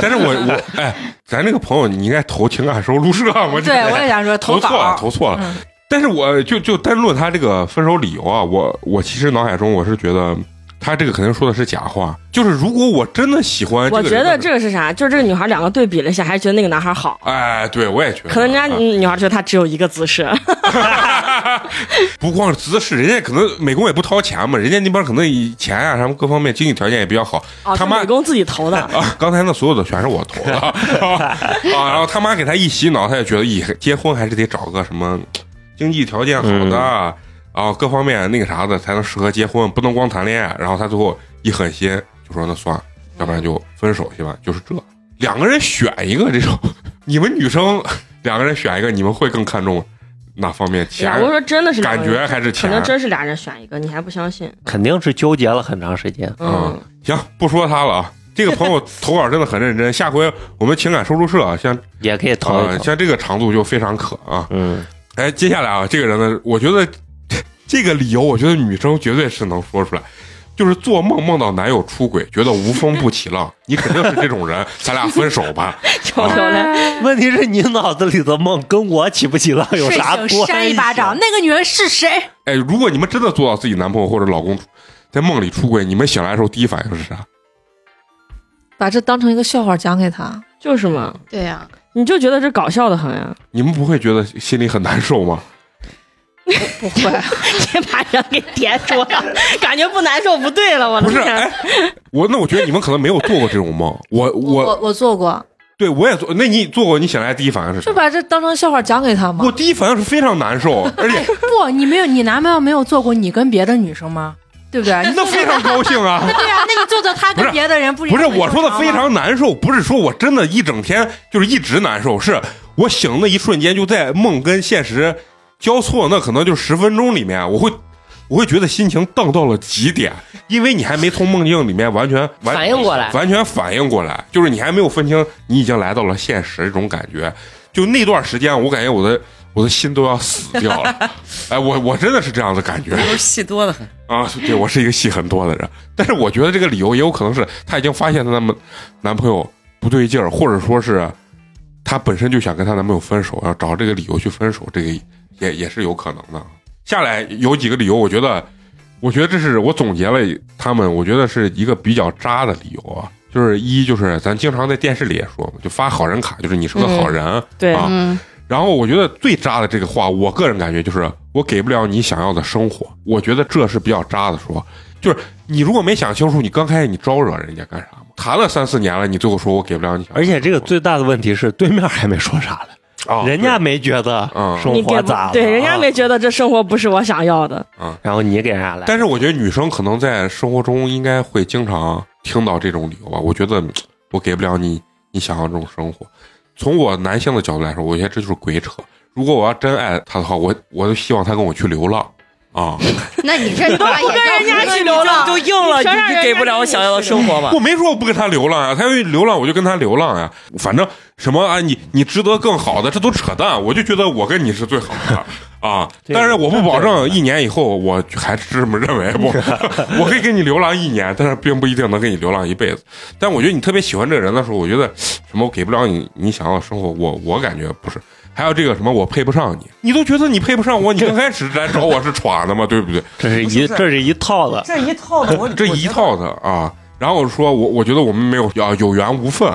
但是我我哎，咱这个朋友你应该投情感收入社， 我觉对得我也想说投错了，稿，投错了。嗯但是我就就单论他这个分手理由啊，我我其实脑海中我是觉得他这个肯定说的是假话。就是如果我真的喜欢哎这我个人觉的得这个是啥？就是这个女孩两个对比了一下，还是觉得那个男孩好。哎，对我也觉得，可能人家哎女孩觉得他只有一个姿势，不光是姿势，人家可能美工也不掏钱嘛，人家那边可能以钱啊什么各方面经济条件也比较好。哦，他是妈美工自己 投的。啊，刚才那所有的全是我投的啊然后他妈给他一洗脑，他也觉得，咦，结婚还是得找个什么经济条件好的，然后各方面那个啥的才能适合结婚，不能光谈恋爱。然后他最后一狠心，就说那算了，要不然就分手去吧。就是这，两个人选一个这种，你们女生两个人选一个，你们会更看重哪方面？哎钱呀，我说真的是两感个人觉还是可钱？啊能真是俩人选一个，你还不相信？肯定是纠结了很长时间。嗯嗯，， 行，不说他了啊。这个朋友投稿真的很认真，下回我们情感收入社啊像也可以投啊，一投。像这个长度就非常可啊。嗯，哎，接下来啊，这个人呢，我觉得这个理由，我觉得女生绝对是能说出来，就是做梦梦到男友出轨，觉得无风不起浪，你肯定是这种人，咱俩分手吧。求求了，问题是你脑子里的梦跟我起不起浪有睡啥关系啊醒？扇一巴啊掌，那个女人是谁？哎，如果你们真的做到自己男朋友或者老公在梦里出轨，你们醒来的时候第一反应是啥？把这当成一个笑话讲给他。就是嘛，对呀、你就觉得这搞笑的很呀，你们不会觉得心里很难受吗？不会，这把人哎给叠住了， 感觉不难受不对了，我的不是，天哎，，我那我觉得你们可能没有做过这种梦。我我我我做过，对我也做，那你做过？你醒来第一反应是啥就？把这当成笑话讲给他嘛我。第一反应是非常难受，而且不，你没有，你男朋友没有做过你跟别的女生吗？对不对？你那非常高兴啊！对呀、那你做做他不是跟别的人不不是也很我说的正非常吗常难受，不是说我真的一整天就是一直难受，是我醒的一瞬间就在梦跟现实交错，那可能就十分钟里面，我会我会觉得心情荡到了极点，因为你还没从梦境里面完全完反应过来完全反应过来，就是你还没有分清你已经来到了现实这种感觉。就那段时间，我感觉我的我的心都要死掉 了，哎，我我真的是这样的感觉。都是戏多的很。啊，对我是一个戏很多的人，但是我觉得这个理由也有可能是她已经发现她男男朋友不对劲儿，或者说是她本身就想跟她男朋友分手，要找这个理由去分手，这个也也是有可能的。下来有几个理由，我觉得，我觉得这是我总结了他们，我觉得是一个比较渣的理由啊，就是一就是咱经常在电视里也说嘛，就发好人卡，就是你是个好人， 对啊 嗯，然后我觉得最渣的这个话，我个人感觉就是我给不了你想要的生活，我觉得这是比较渣的说，就是你如果没想清楚，你刚开始你招惹人家干啥嘛？ 谈了三四年了，你最后说我给不了你想要的而且这个生最大的问题是对面还没说啥嘞，活啊，人家没觉得嗯生你给活不咋了？对，人啊家没。觉得这生活不是我想要的，然后你给人家来，但是我觉得女生可能在呃生活中应该会经常听到这种理由吧。我觉得嗯我给不了你你想要这种生活。从我男性的角度来说，我觉得这就是鬼扯。如果我要真爱他的话，我我就希望他跟我去流浪啊。那你这话也叫人家去流流浪浪就硬了，全让你人给不了我想要的生活嘛？我没说我不跟他流浪啊，他要流浪我就跟他流浪呀、反正什么啊，你你值得更好的，这都扯淡。我就觉得我跟你是最好的啊，对但是我不保那证对一年以后我还是这么认为。我 我可以跟你流浪一年，但是并不一定能跟你流浪一辈子。但我觉得你特别喜欢这个人的时候，我觉得什么我给不了你你想要的生活，我我感觉不是。还有这个什么，我配不上你，你都觉得你配不上我，你刚开始来找我是耍的嘛，对不对？这是一这是一套的，这一套的我这一套的啊。然后我说我我觉得我们没有啊有缘无 分，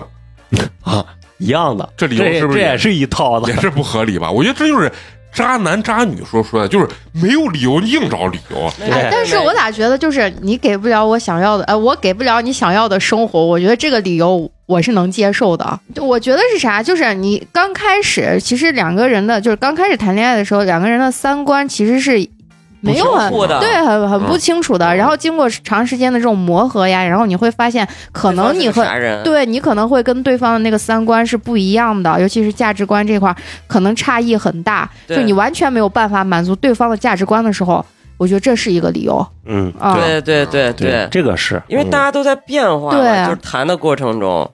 啊，一样的，这理由这是不是这也也是一套的也？是不合理吧？我觉得这就是渣男渣女说出来，就是没有理由硬找理由。哎，但是我咋觉得就是你给不了我想要的，呃，我给不了你想要的生活，我觉得这个理由我是能接受的。就我觉得是啥，就是你刚开始，其实两个人的，就是刚开始谈恋爱的时候，两个人的三观其实是没有很 不相互的对，很很不清楚的。嗯然后经过长时间的这种磨合呀，然后你会发现，可能你和啥啊人？对你可能会跟对方的那个三观是不一样的，尤其是价值观这块儿，可能差异很大。对就你完全没有办法满足对方的价值观的时候，我觉得这是一个理由嗯，哦啊。对对对对，这个是因为大嗯家都在变化嘛，对啊就是谈的过程中，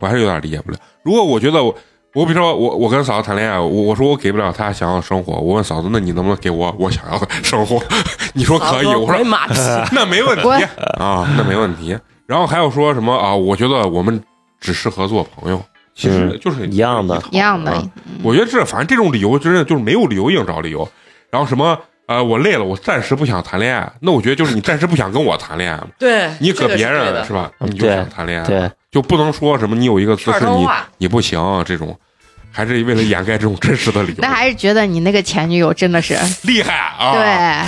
我还是有点理解不了。如果我觉得我，我比如说我我跟嫂子谈恋爱，我我说我给不了她想要的生活，我问嫂子，那你能不能给我我想要的生活？ 你说可啊以，好我说 哎妈逼，那没问题滚啊，那没问题。然后还有说什么啊？我觉得我们只适合做朋友，其实嗯就是一样的套一样的啊，我觉得这反正这种理由真的就是没有理由硬找理由。然后什么呃，我累了，我暂时不想谈恋爱。那我觉得就是你暂时不想跟我谈恋爱嘛，对你搁别这人啊个是是吧？嗯你就对想谈恋爱，对， 就不能说什么你有一个姿对的，势片儿你话你不行啊这种，还是为了掩盖这种真实的理由 那，还是觉得你那个前女友真的是 厉害啊，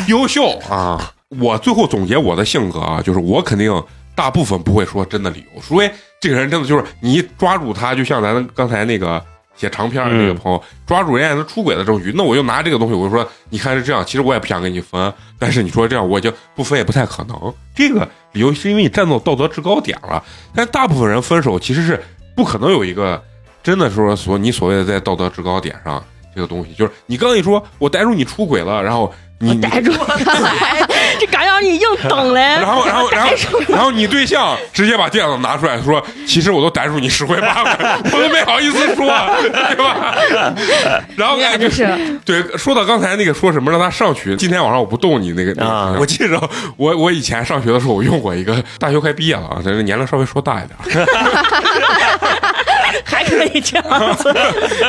对，优秀啊！我最后总结我的性格啊，就是我肯定大部分不会说真的理由，除非这个人真的就是你一抓住他，就像咱刚才那个写长篇的那个嗯朋友、抓住人家他出轨的证据，那我就拿这个东西，我就说你看是这样，其实我也不想跟你分，但是你说这样我已经不分也不太可能。这个理由是因为你站到道德制高点了，但大部分人分手其实是不可能有一个真的说所你所谓的在道德制高点上这个东西，就是你刚一说我逮住你出轨了，然后你你逮住这敢让你硬等嘞 然？后，然后，然后，然后你对象直接把电脑拿出来说：“其实我都逮住你十回八回，我都没好意思说，对吧？” 然后你俩感真觉是对，说到刚才那个说什么让他上学，今天晚上我不动你那个，那个啊我记着我我以前上学的时候，我用过一个，大学快毕业了啊，这是年龄稍微说大一点，还可以这样子，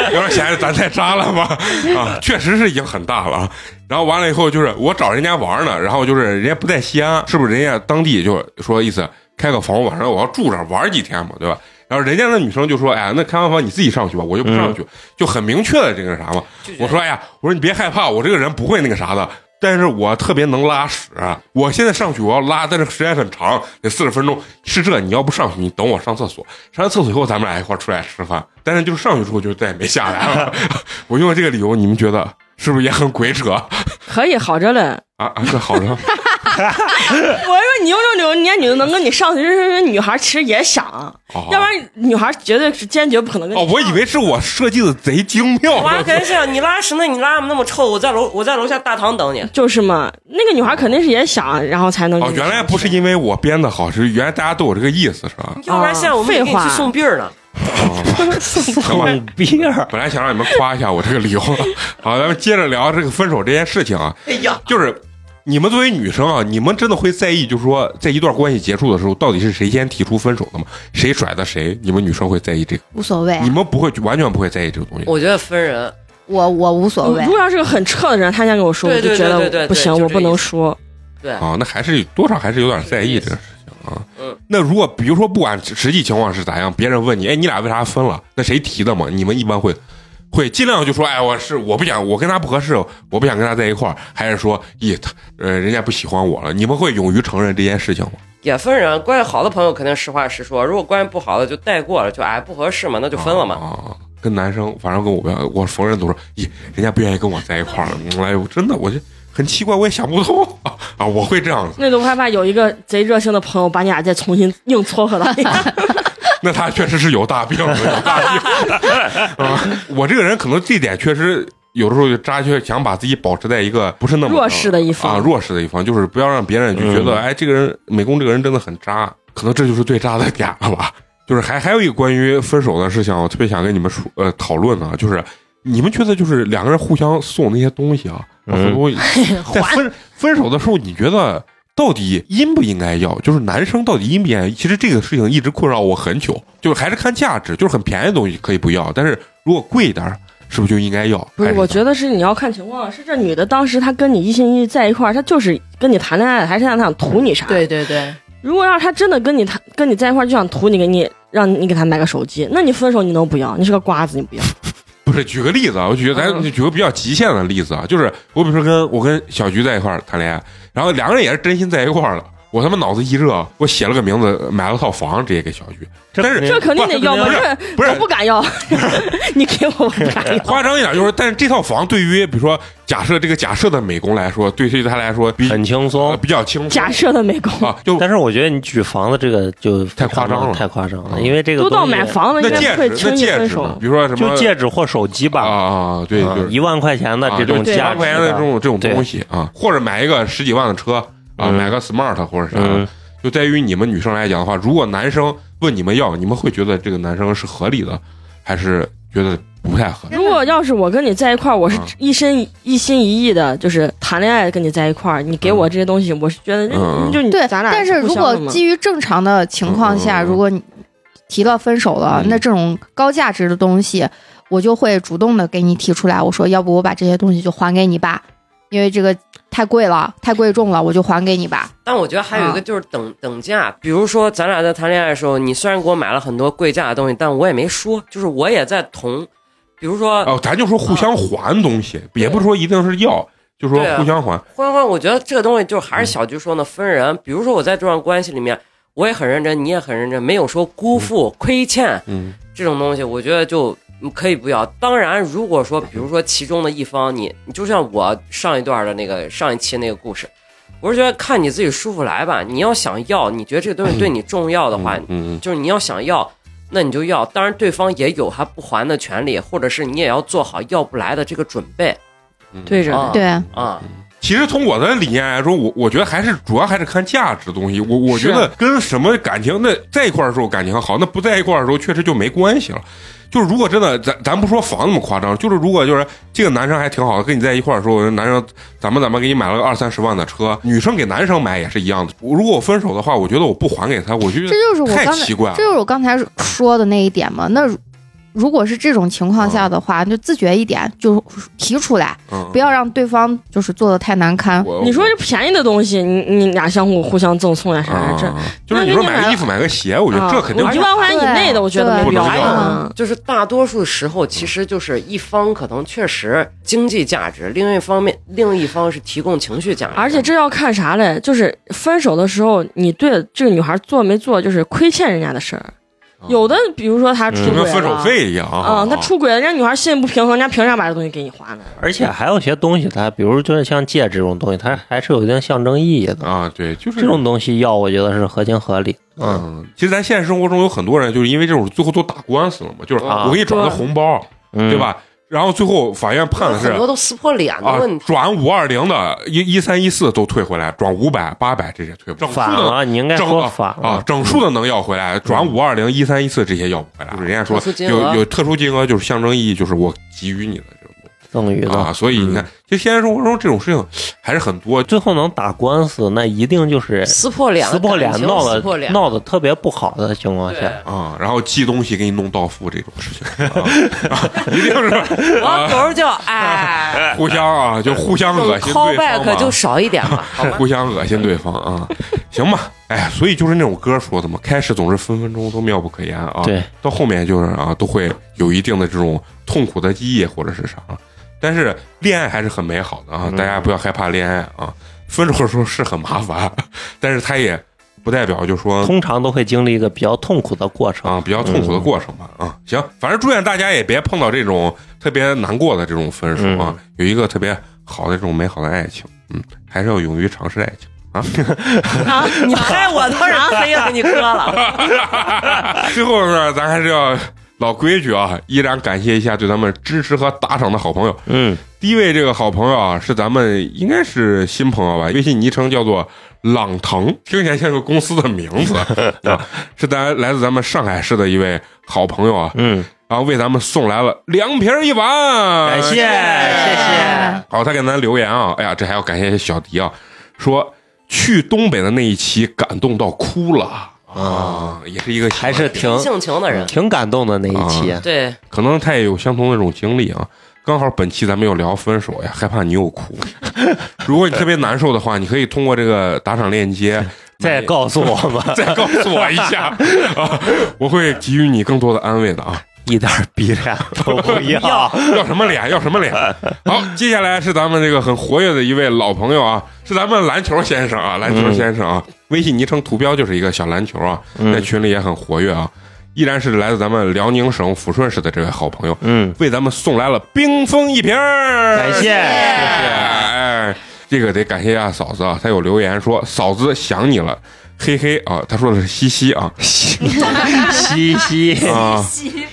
有点嫌咱太渣了吧？啊，确实是已经很大了啊。然后完了以后，就是我找人家玩呢，然后就是人家不在西安，是不是人家当地就说意思开个房，晚上我要住这儿玩几天嘛，对吧？然后人家那女生就说：“哎呀，那开完房你自己上去吧，我就不上去。就很明确的这个啥嘛。我说：“哎呀，我说你别害怕，我这个人不会那个啥的，但是我特别能拉屎。我现在上去我要拉，但是时间很长，得四十分钟。是这，你要不上去，你等我上厕所。上完厕所以后，咱们俩一块儿出来吃饭。但是就是上去之后就再也没下来 了。我用了这个理由，你们觉得是不是也很鬼扯啊？ 可以好着嘞。 啊，这好着。我说你用这种理由，人家女的能跟你上去，这是因为女孩其实也想，哦要不然女孩绝对是坚决不可能跟你哦，我以为是我设计的贼精妙。我还肯定是你拉屎，那你拉那么臭，我在楼我在楼下大堂等啊你。就是嘛，那个女孩肯定是也想，然后才能哦，原来不是因为我编的好，是原来大家都有这个意思，是 吧？要不然现在我们废得给你话去送病儿呢。好吧碰壁儿，本来想让你们夸一下我这个理由，好，咱们接着聊这个分手这件事情啊。哎呀，就是你们作为女生啊，你们真的会在意，就是说在一段关系结束的时候，到底是谁先提出分手的吗？谁甩的谁？你们女生会在意这个？无所谓啊你，们不会，完全不会在意这个东西。我觉得分人，我我无所谓如。果要是个很彻的人，他先跟我说，对我就对觉对对对得对不行，就我这不意能思说。对，啊，那还是多少还是有点在意这个事情啊。嗯，那如果比如说不管实际情况是咋样，别人问你，哎，你俩为啥分了？那谁提的嘛？你们一般会会尽量就说，哎，我是我不想，我跟他不合适，我不想跟他在一块儿，还是说，咦，他呃，人家不喜欢我了？你们会勇于承认这件事情吗？也分人。关系好的朋友肯定实话实说，如果关系不好的就带过了，就哎不合适嘛，那就分了嘛。啊啊啊跟男生，反正跟我不要，我逢人都说，咦，人家不愿意跟我在一块儿了。嗯哎呦，真的，我就很奇怪，我也想不通 啊啊！我会这样子，那都害怕有一个贼热心的朋友把你俩再重新硬撮合到 一起。那他确实是有大病，有大病啊！我这个人可能这点确实有的时候就扎，就是想把自己保持在一个不是那么弱势的一方啊，弱势的一方，就是不要让别人就觉得，哎，这个人美工这个人真的很渣，可能这就是最渣的点了吧。就是还还有一个关于分手的事情，我特别想跟你们说呃讨论呢、就是你们觉得就是两个人互相送那些东西啊，嗯很 多、在分分手的时候，你觉得到底应不应该要？就是男生到底应不应该？其实这个事情一直困扰我很久，就是还是看价值，就是很便宜的东西可以不要，但是如果贵一点儿，是不是就应该要？不是，我觉得得是你要看情况，是这女的当时她跟你一心一意在一块儿，她就是跟你谈恋爱，还是她想图你啥？对，对对，如果要是她真的跟你谈跟你哎在一块儿就想图你，给你让你给她买个手机，那你分手你能不要？你是个瓜子，你不要。不是，举个例子啊，我举咱嗯举个比较极限的例子啊，就是我比如说跟我跟小菊在一块儿谈恋爱，然后两个人也是真心在一块儿了，我他妈脑子一热，我写了个名字，买了套房，直接给小菊。这但是这肯定得要吧？不是这不是哎我不敢要， 你给我 我不敢要。夸张一点就是，但是这套房对于比如说假设这个假设的美工来说，对于他来说比很轻松呃。比较轻松假设的美工，啊，就但是我觉得你举房子这个就太非夸常张了太夸张了，嗯因为这个都到东西买房了，那应该戒不会指，那轻易戒分指手呢，。比如说什就么戒指或手机啊吧，啊，啊对，啊就是一万块钱的啊这种就是几价万值块钱的这种这种对东西啊，或者买一个十几万的车啊，嗯买个 smart 或者啥的嗯，就在于你们女生来讲的话，如果男生问你们要，你们会觉得这个男生是合理的，还是觉得不太 合理？如果要是我跟你在一块儿，我是嗯一身一心一意的，就是谈恋爱跟你在一块儿，你给我这些东西，我是觉得嗯嗯就你对，咱俩但是互如相果的嘛基于正常的情况下，嗯嗯嗯如果你提了分手了，嗯那这种高价值的东西，我就会主动的给你提出来，我说要不我把这些东西就还给你吧，因为这个太贵了，太贵重了，我就还给你吧。但我觉得还有一个就是等、等价，比如说咱俩在谈恋爱的时候，你虽然给我买了很多贵价的东西，但我也没说，就是我也在同，比如说哦，咱就说互相还东西，也不是说一定是要，就说对啊互相还。欢欢，我觉得这个东西就还是小菊说呢，分人。比如说我在这段关系里面，我也很认真，你也很认真，没有说辜负、亏欠嗯，这种东西，我觉得就嗯可以不要。当然，如果说比如说其中的一方你，你就像我上一段的那个上一期那个故事，我是觉得看你自己舒服来吧。你要想要，你觉得这个东西对你重要的话，哎嗯嗯就是你要想要，那你就要。当然，对方也有还不还的权利，或者是你也要做好要不来的这个准备嗯，对着啊呢，对，啊。其实从我的理念来说，我我觉得还是主要还是看价值的东西。我我觉是得跟什么感情，那在一块儿的时候感情好，那不在一块儿的时候确实就没关系了。就是如果真的，咱咱不说房那么夸张，就是如果就是这个男生还挺好的，跟你在一块儿的时候，男生咱们咱们给你买了个二三十万的车，女生给男生买也是一样的。我如果我分手的话，我觉得我不还给他，我觉这得就是我太刚才奇怪了这。就是我刚才说的那一点嘛。那如如果是这种情况下的话，就自觉一点，就提出来，啊嗯不要让对方就是做的太难堪。我你说这便宜的东西，你你俩相互互相赠送呀啥啊的，这，就是你说买个衣服买个鞋，我觉得啊这肯定我不一万块钱以内的，我觉得没必要。不能要嗯就是大多数时候，其实就是一方可能确实经济价值，另一方面另一方是提供情绪价值，而且这要看啥嘞？就是分手的时候，你对这个女孩做没做，就是亏欠人家的事儿。有的，比如说她出就啊轨跟了，哦嗯分手费一样啊，她出轨了，人家女孩心里不平衡，人家凭啥把这东西给你还呢？而且还有些东西它，比如就是像戒指这种东西，它还是有一定象征意义的。啊，对，就是这种东西要，我觉得是合情合理。嗯，嗯，其实咱现实生活中有很多人就是因为这种最后都打官司了嘛，就是啊我给你转个红包，对对？吧？然后最后法院判的是很多都撕破脸的啊问，题。转五二零的一一三一四都退回来，转五百八百这些退不整数反的了，你应该整说啊反啊了。整数的能要回来，转五二零一三一四这些要不回来，就是人家说嗯特殊金额有有特殊金额就是象征意义，就是我给予你的这种赠与啊，的，所以你看，其实现实生活中这种事情还是很多，最后能打官司，那一定就是撕破脸，撕破脸感情闹撕破的脸，闹得特别不好的情况对下，啊，然后寄东西给你弄到付这种事情，啊啊一定是我啊狗就哎，互相啊，就互相这种恶心对方 callback 嘛，就少一点 吧，好吧？互相恶心对方啊，行吧，哎，所以就是那种歌说的嘛，开始总是分分钟都妙不可言啊，对，到后面就是啊，都会有一定的这种痛苦的记忆或者是啥，但是恋爱还是很美好的啊，嗯大家不要害怕恋爱啊，分手的时候是很麻烦， 但是它也不代表就说通常都会经历一个比较痛苦的过程啊啊，比较痛苦的过程吧。啊，行，反正祝愿大家也别碰到这种特别难过的这种分手啊，有一个特别好的这种美好的爱情。嗯，还是要勇于尝试爱情。啊，你嗨，我当然非要给你磕了， 最后呢，咱还是要老规矩啊，依然感谢一下对咱们支持和打赏的好朋友。嗯，第一位这个好朋友啊，是咱们应该是新朋友吧，微信昵称叫做朗腾，听起来像个公司的名 字啊，是咱来自咱们上海市的一位好朋友啊，嗯，然后为咱们送来了凉皮儿一碗，感谢，谢呃哎谢，好，他给咱留言啊，哎呀，这还要感谢小迪啊，说去东北的那一期感动到哭了啊，也是一个还是挺啊性情的人，挺感动的那一期。啊对，可能他也有相同的这种经历啊。刚好本期咱们又聊分手呀，害怕你又哭。 如果你特别难受的话，你可以通过这个打赏链接 再 告诉我们， 再告诉我一下啊，我会给予你更多的安慰的啊。一点儿逼脸都不要。要什么 脸？要什么脸？好，接下来是咱们这个很活跃的一位老朋友啊，是咱们篮球先生啊，嗯篮球先生啊，微信昵称图标就是一个小篮球啊，在嗯群里也很活跃啊，依然是来自咱们辽宁省抚顺市的这位好朋友， 嗯，为咱们送来了冰封一瓶儿，感谢，谢谢。哎，这个得感谢一下嫂子啊，她有留言说嫂子想你了，嘿嘿啊，她说的是嘻嘻 啊，西西，啊，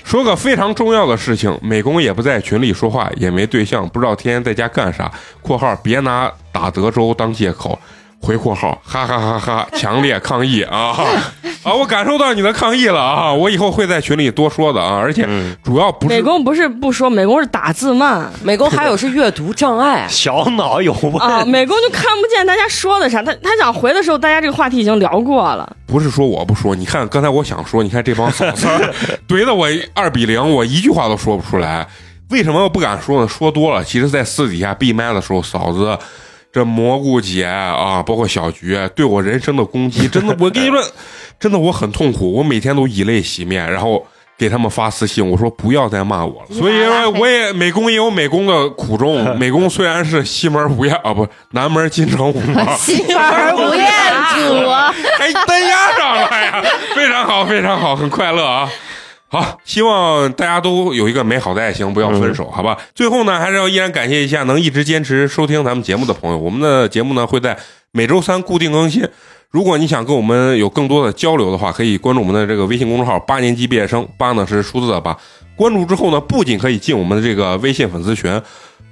说个非常重要的事情，美工也不在群里说话，也没对象，不知道天天在家干啥。（括号别拿打德州当借口。）回括号，哈哈哈哈！强烈抗议啊！ 啊，我感受到你的抗议了啊！我以后会在群里多说的啊，而且嗯，，主要不美是工不是不说，美工是打字 慢美工还有是阅读障碍小脑有问啊，哦美工就看不见大家说的啥，他他想回的时候，大家这个话题已经聊过了，不是说我不说，你看刚才我想说，你看这帮嫂子怼的我二比零，我一句话都说不出来。为什么不敢说呢？说多了，其实在私底下闭麦的时候，嫂子这蘑菇姐啊，包括小菊对我人生的攻击，真的，我跟你说，真的我很痛苦，我每天都以泪洗面，然后。给他们发私信，我说不要再骂我了。所以说我也美工也有美工的苦衷。美工虽然是西门不厌啊，不南门金城武啊，心而不厌啊足。还单压上了哎呀，非常好，非常好，很快乐啊。好，希望大家都有一个美好的爱情，不要分手，好吧？最后呢，还是要依然感谢一下能一直坚持收听咱们节目的朋友。我们的节目呢会在每周三固定更新。如果你想跟我们有更多的交流的话，可以关注我们的这个微信公众号“八年级毕业生”，八呢是数字的八。关注之后呢，不仅可以进我们的这个微信粉丝群，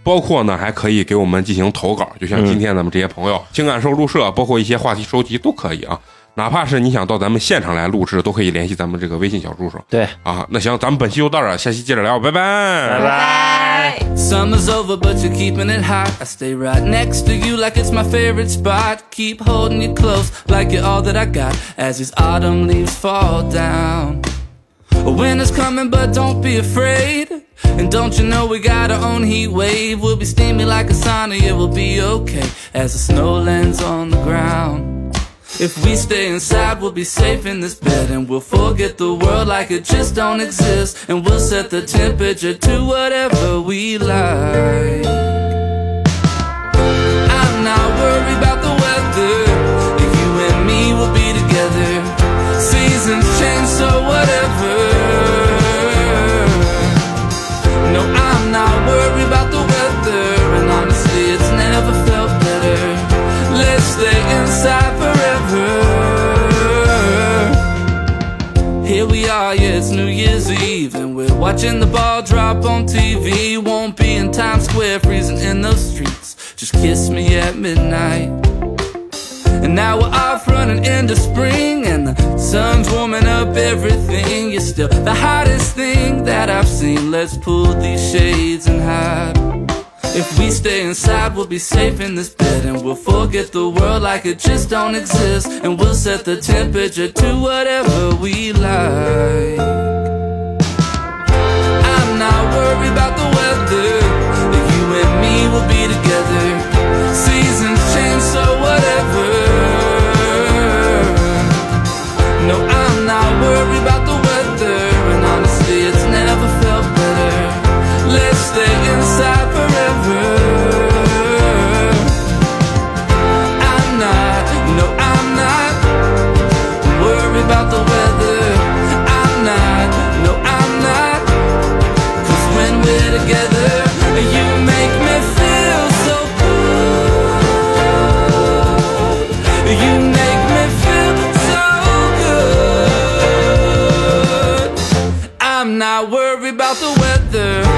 包括呢还可以给我们进行投稿，就像今天咱们这些朋友、情感收录社，包括一些话题收集都可以啊。哪怕是你想到咱们现场来录制，都可以联系咱们这个微信小助手。对啊，那行，咱们本期就到这儿，下期接着聊，拜拜拜拜。 Summer's over, but you're keeping it hot. I stay right next to you like it's my favorite spot. Keep holding you close like you're all that I got. As these autumn leaves fall down. Winter's coming, but don't be afraid. And don't you know we got our own heat wave? We'll be steamy like a sauna, yeah, we'll be okay. As the snow lands on the ground. If we stay inside, we'll be safe in this bed And we'll forget the world like it just don't exist And we'll set the temperature to whatever we like I'm not worried about the weather You and me will be together Seasons change, so whatever no, I'm not worried about the weather, and honestly, it's never felt better. Let's stay inside forever. Here we are, yeah, it's New Year's Eve, and we're watching the ball drop on TV. Won't be in Times Square, freezing in those streets. Just kiss me at midnight. And now we're off running into spring And the sun's warming up everything You're still the hottest thing that I've seen Let's pull these shades and hide if we stay inside, we'll be safe in this bed And we'll forget the world like it just don't exist And we'll set the temperature to whatever we like I'm not worried about the weather. You and me will be together. Seasons change, so whatever. No, I'm not worried about the weather. And honestly, it's never felt better. Let's stay inside forever. I'm not, no, I'm not worried about the weather. I'm not, no, I'm not. Cause when we're together, you make me feel so good. You make me feel so good. I'm not worried about the weather.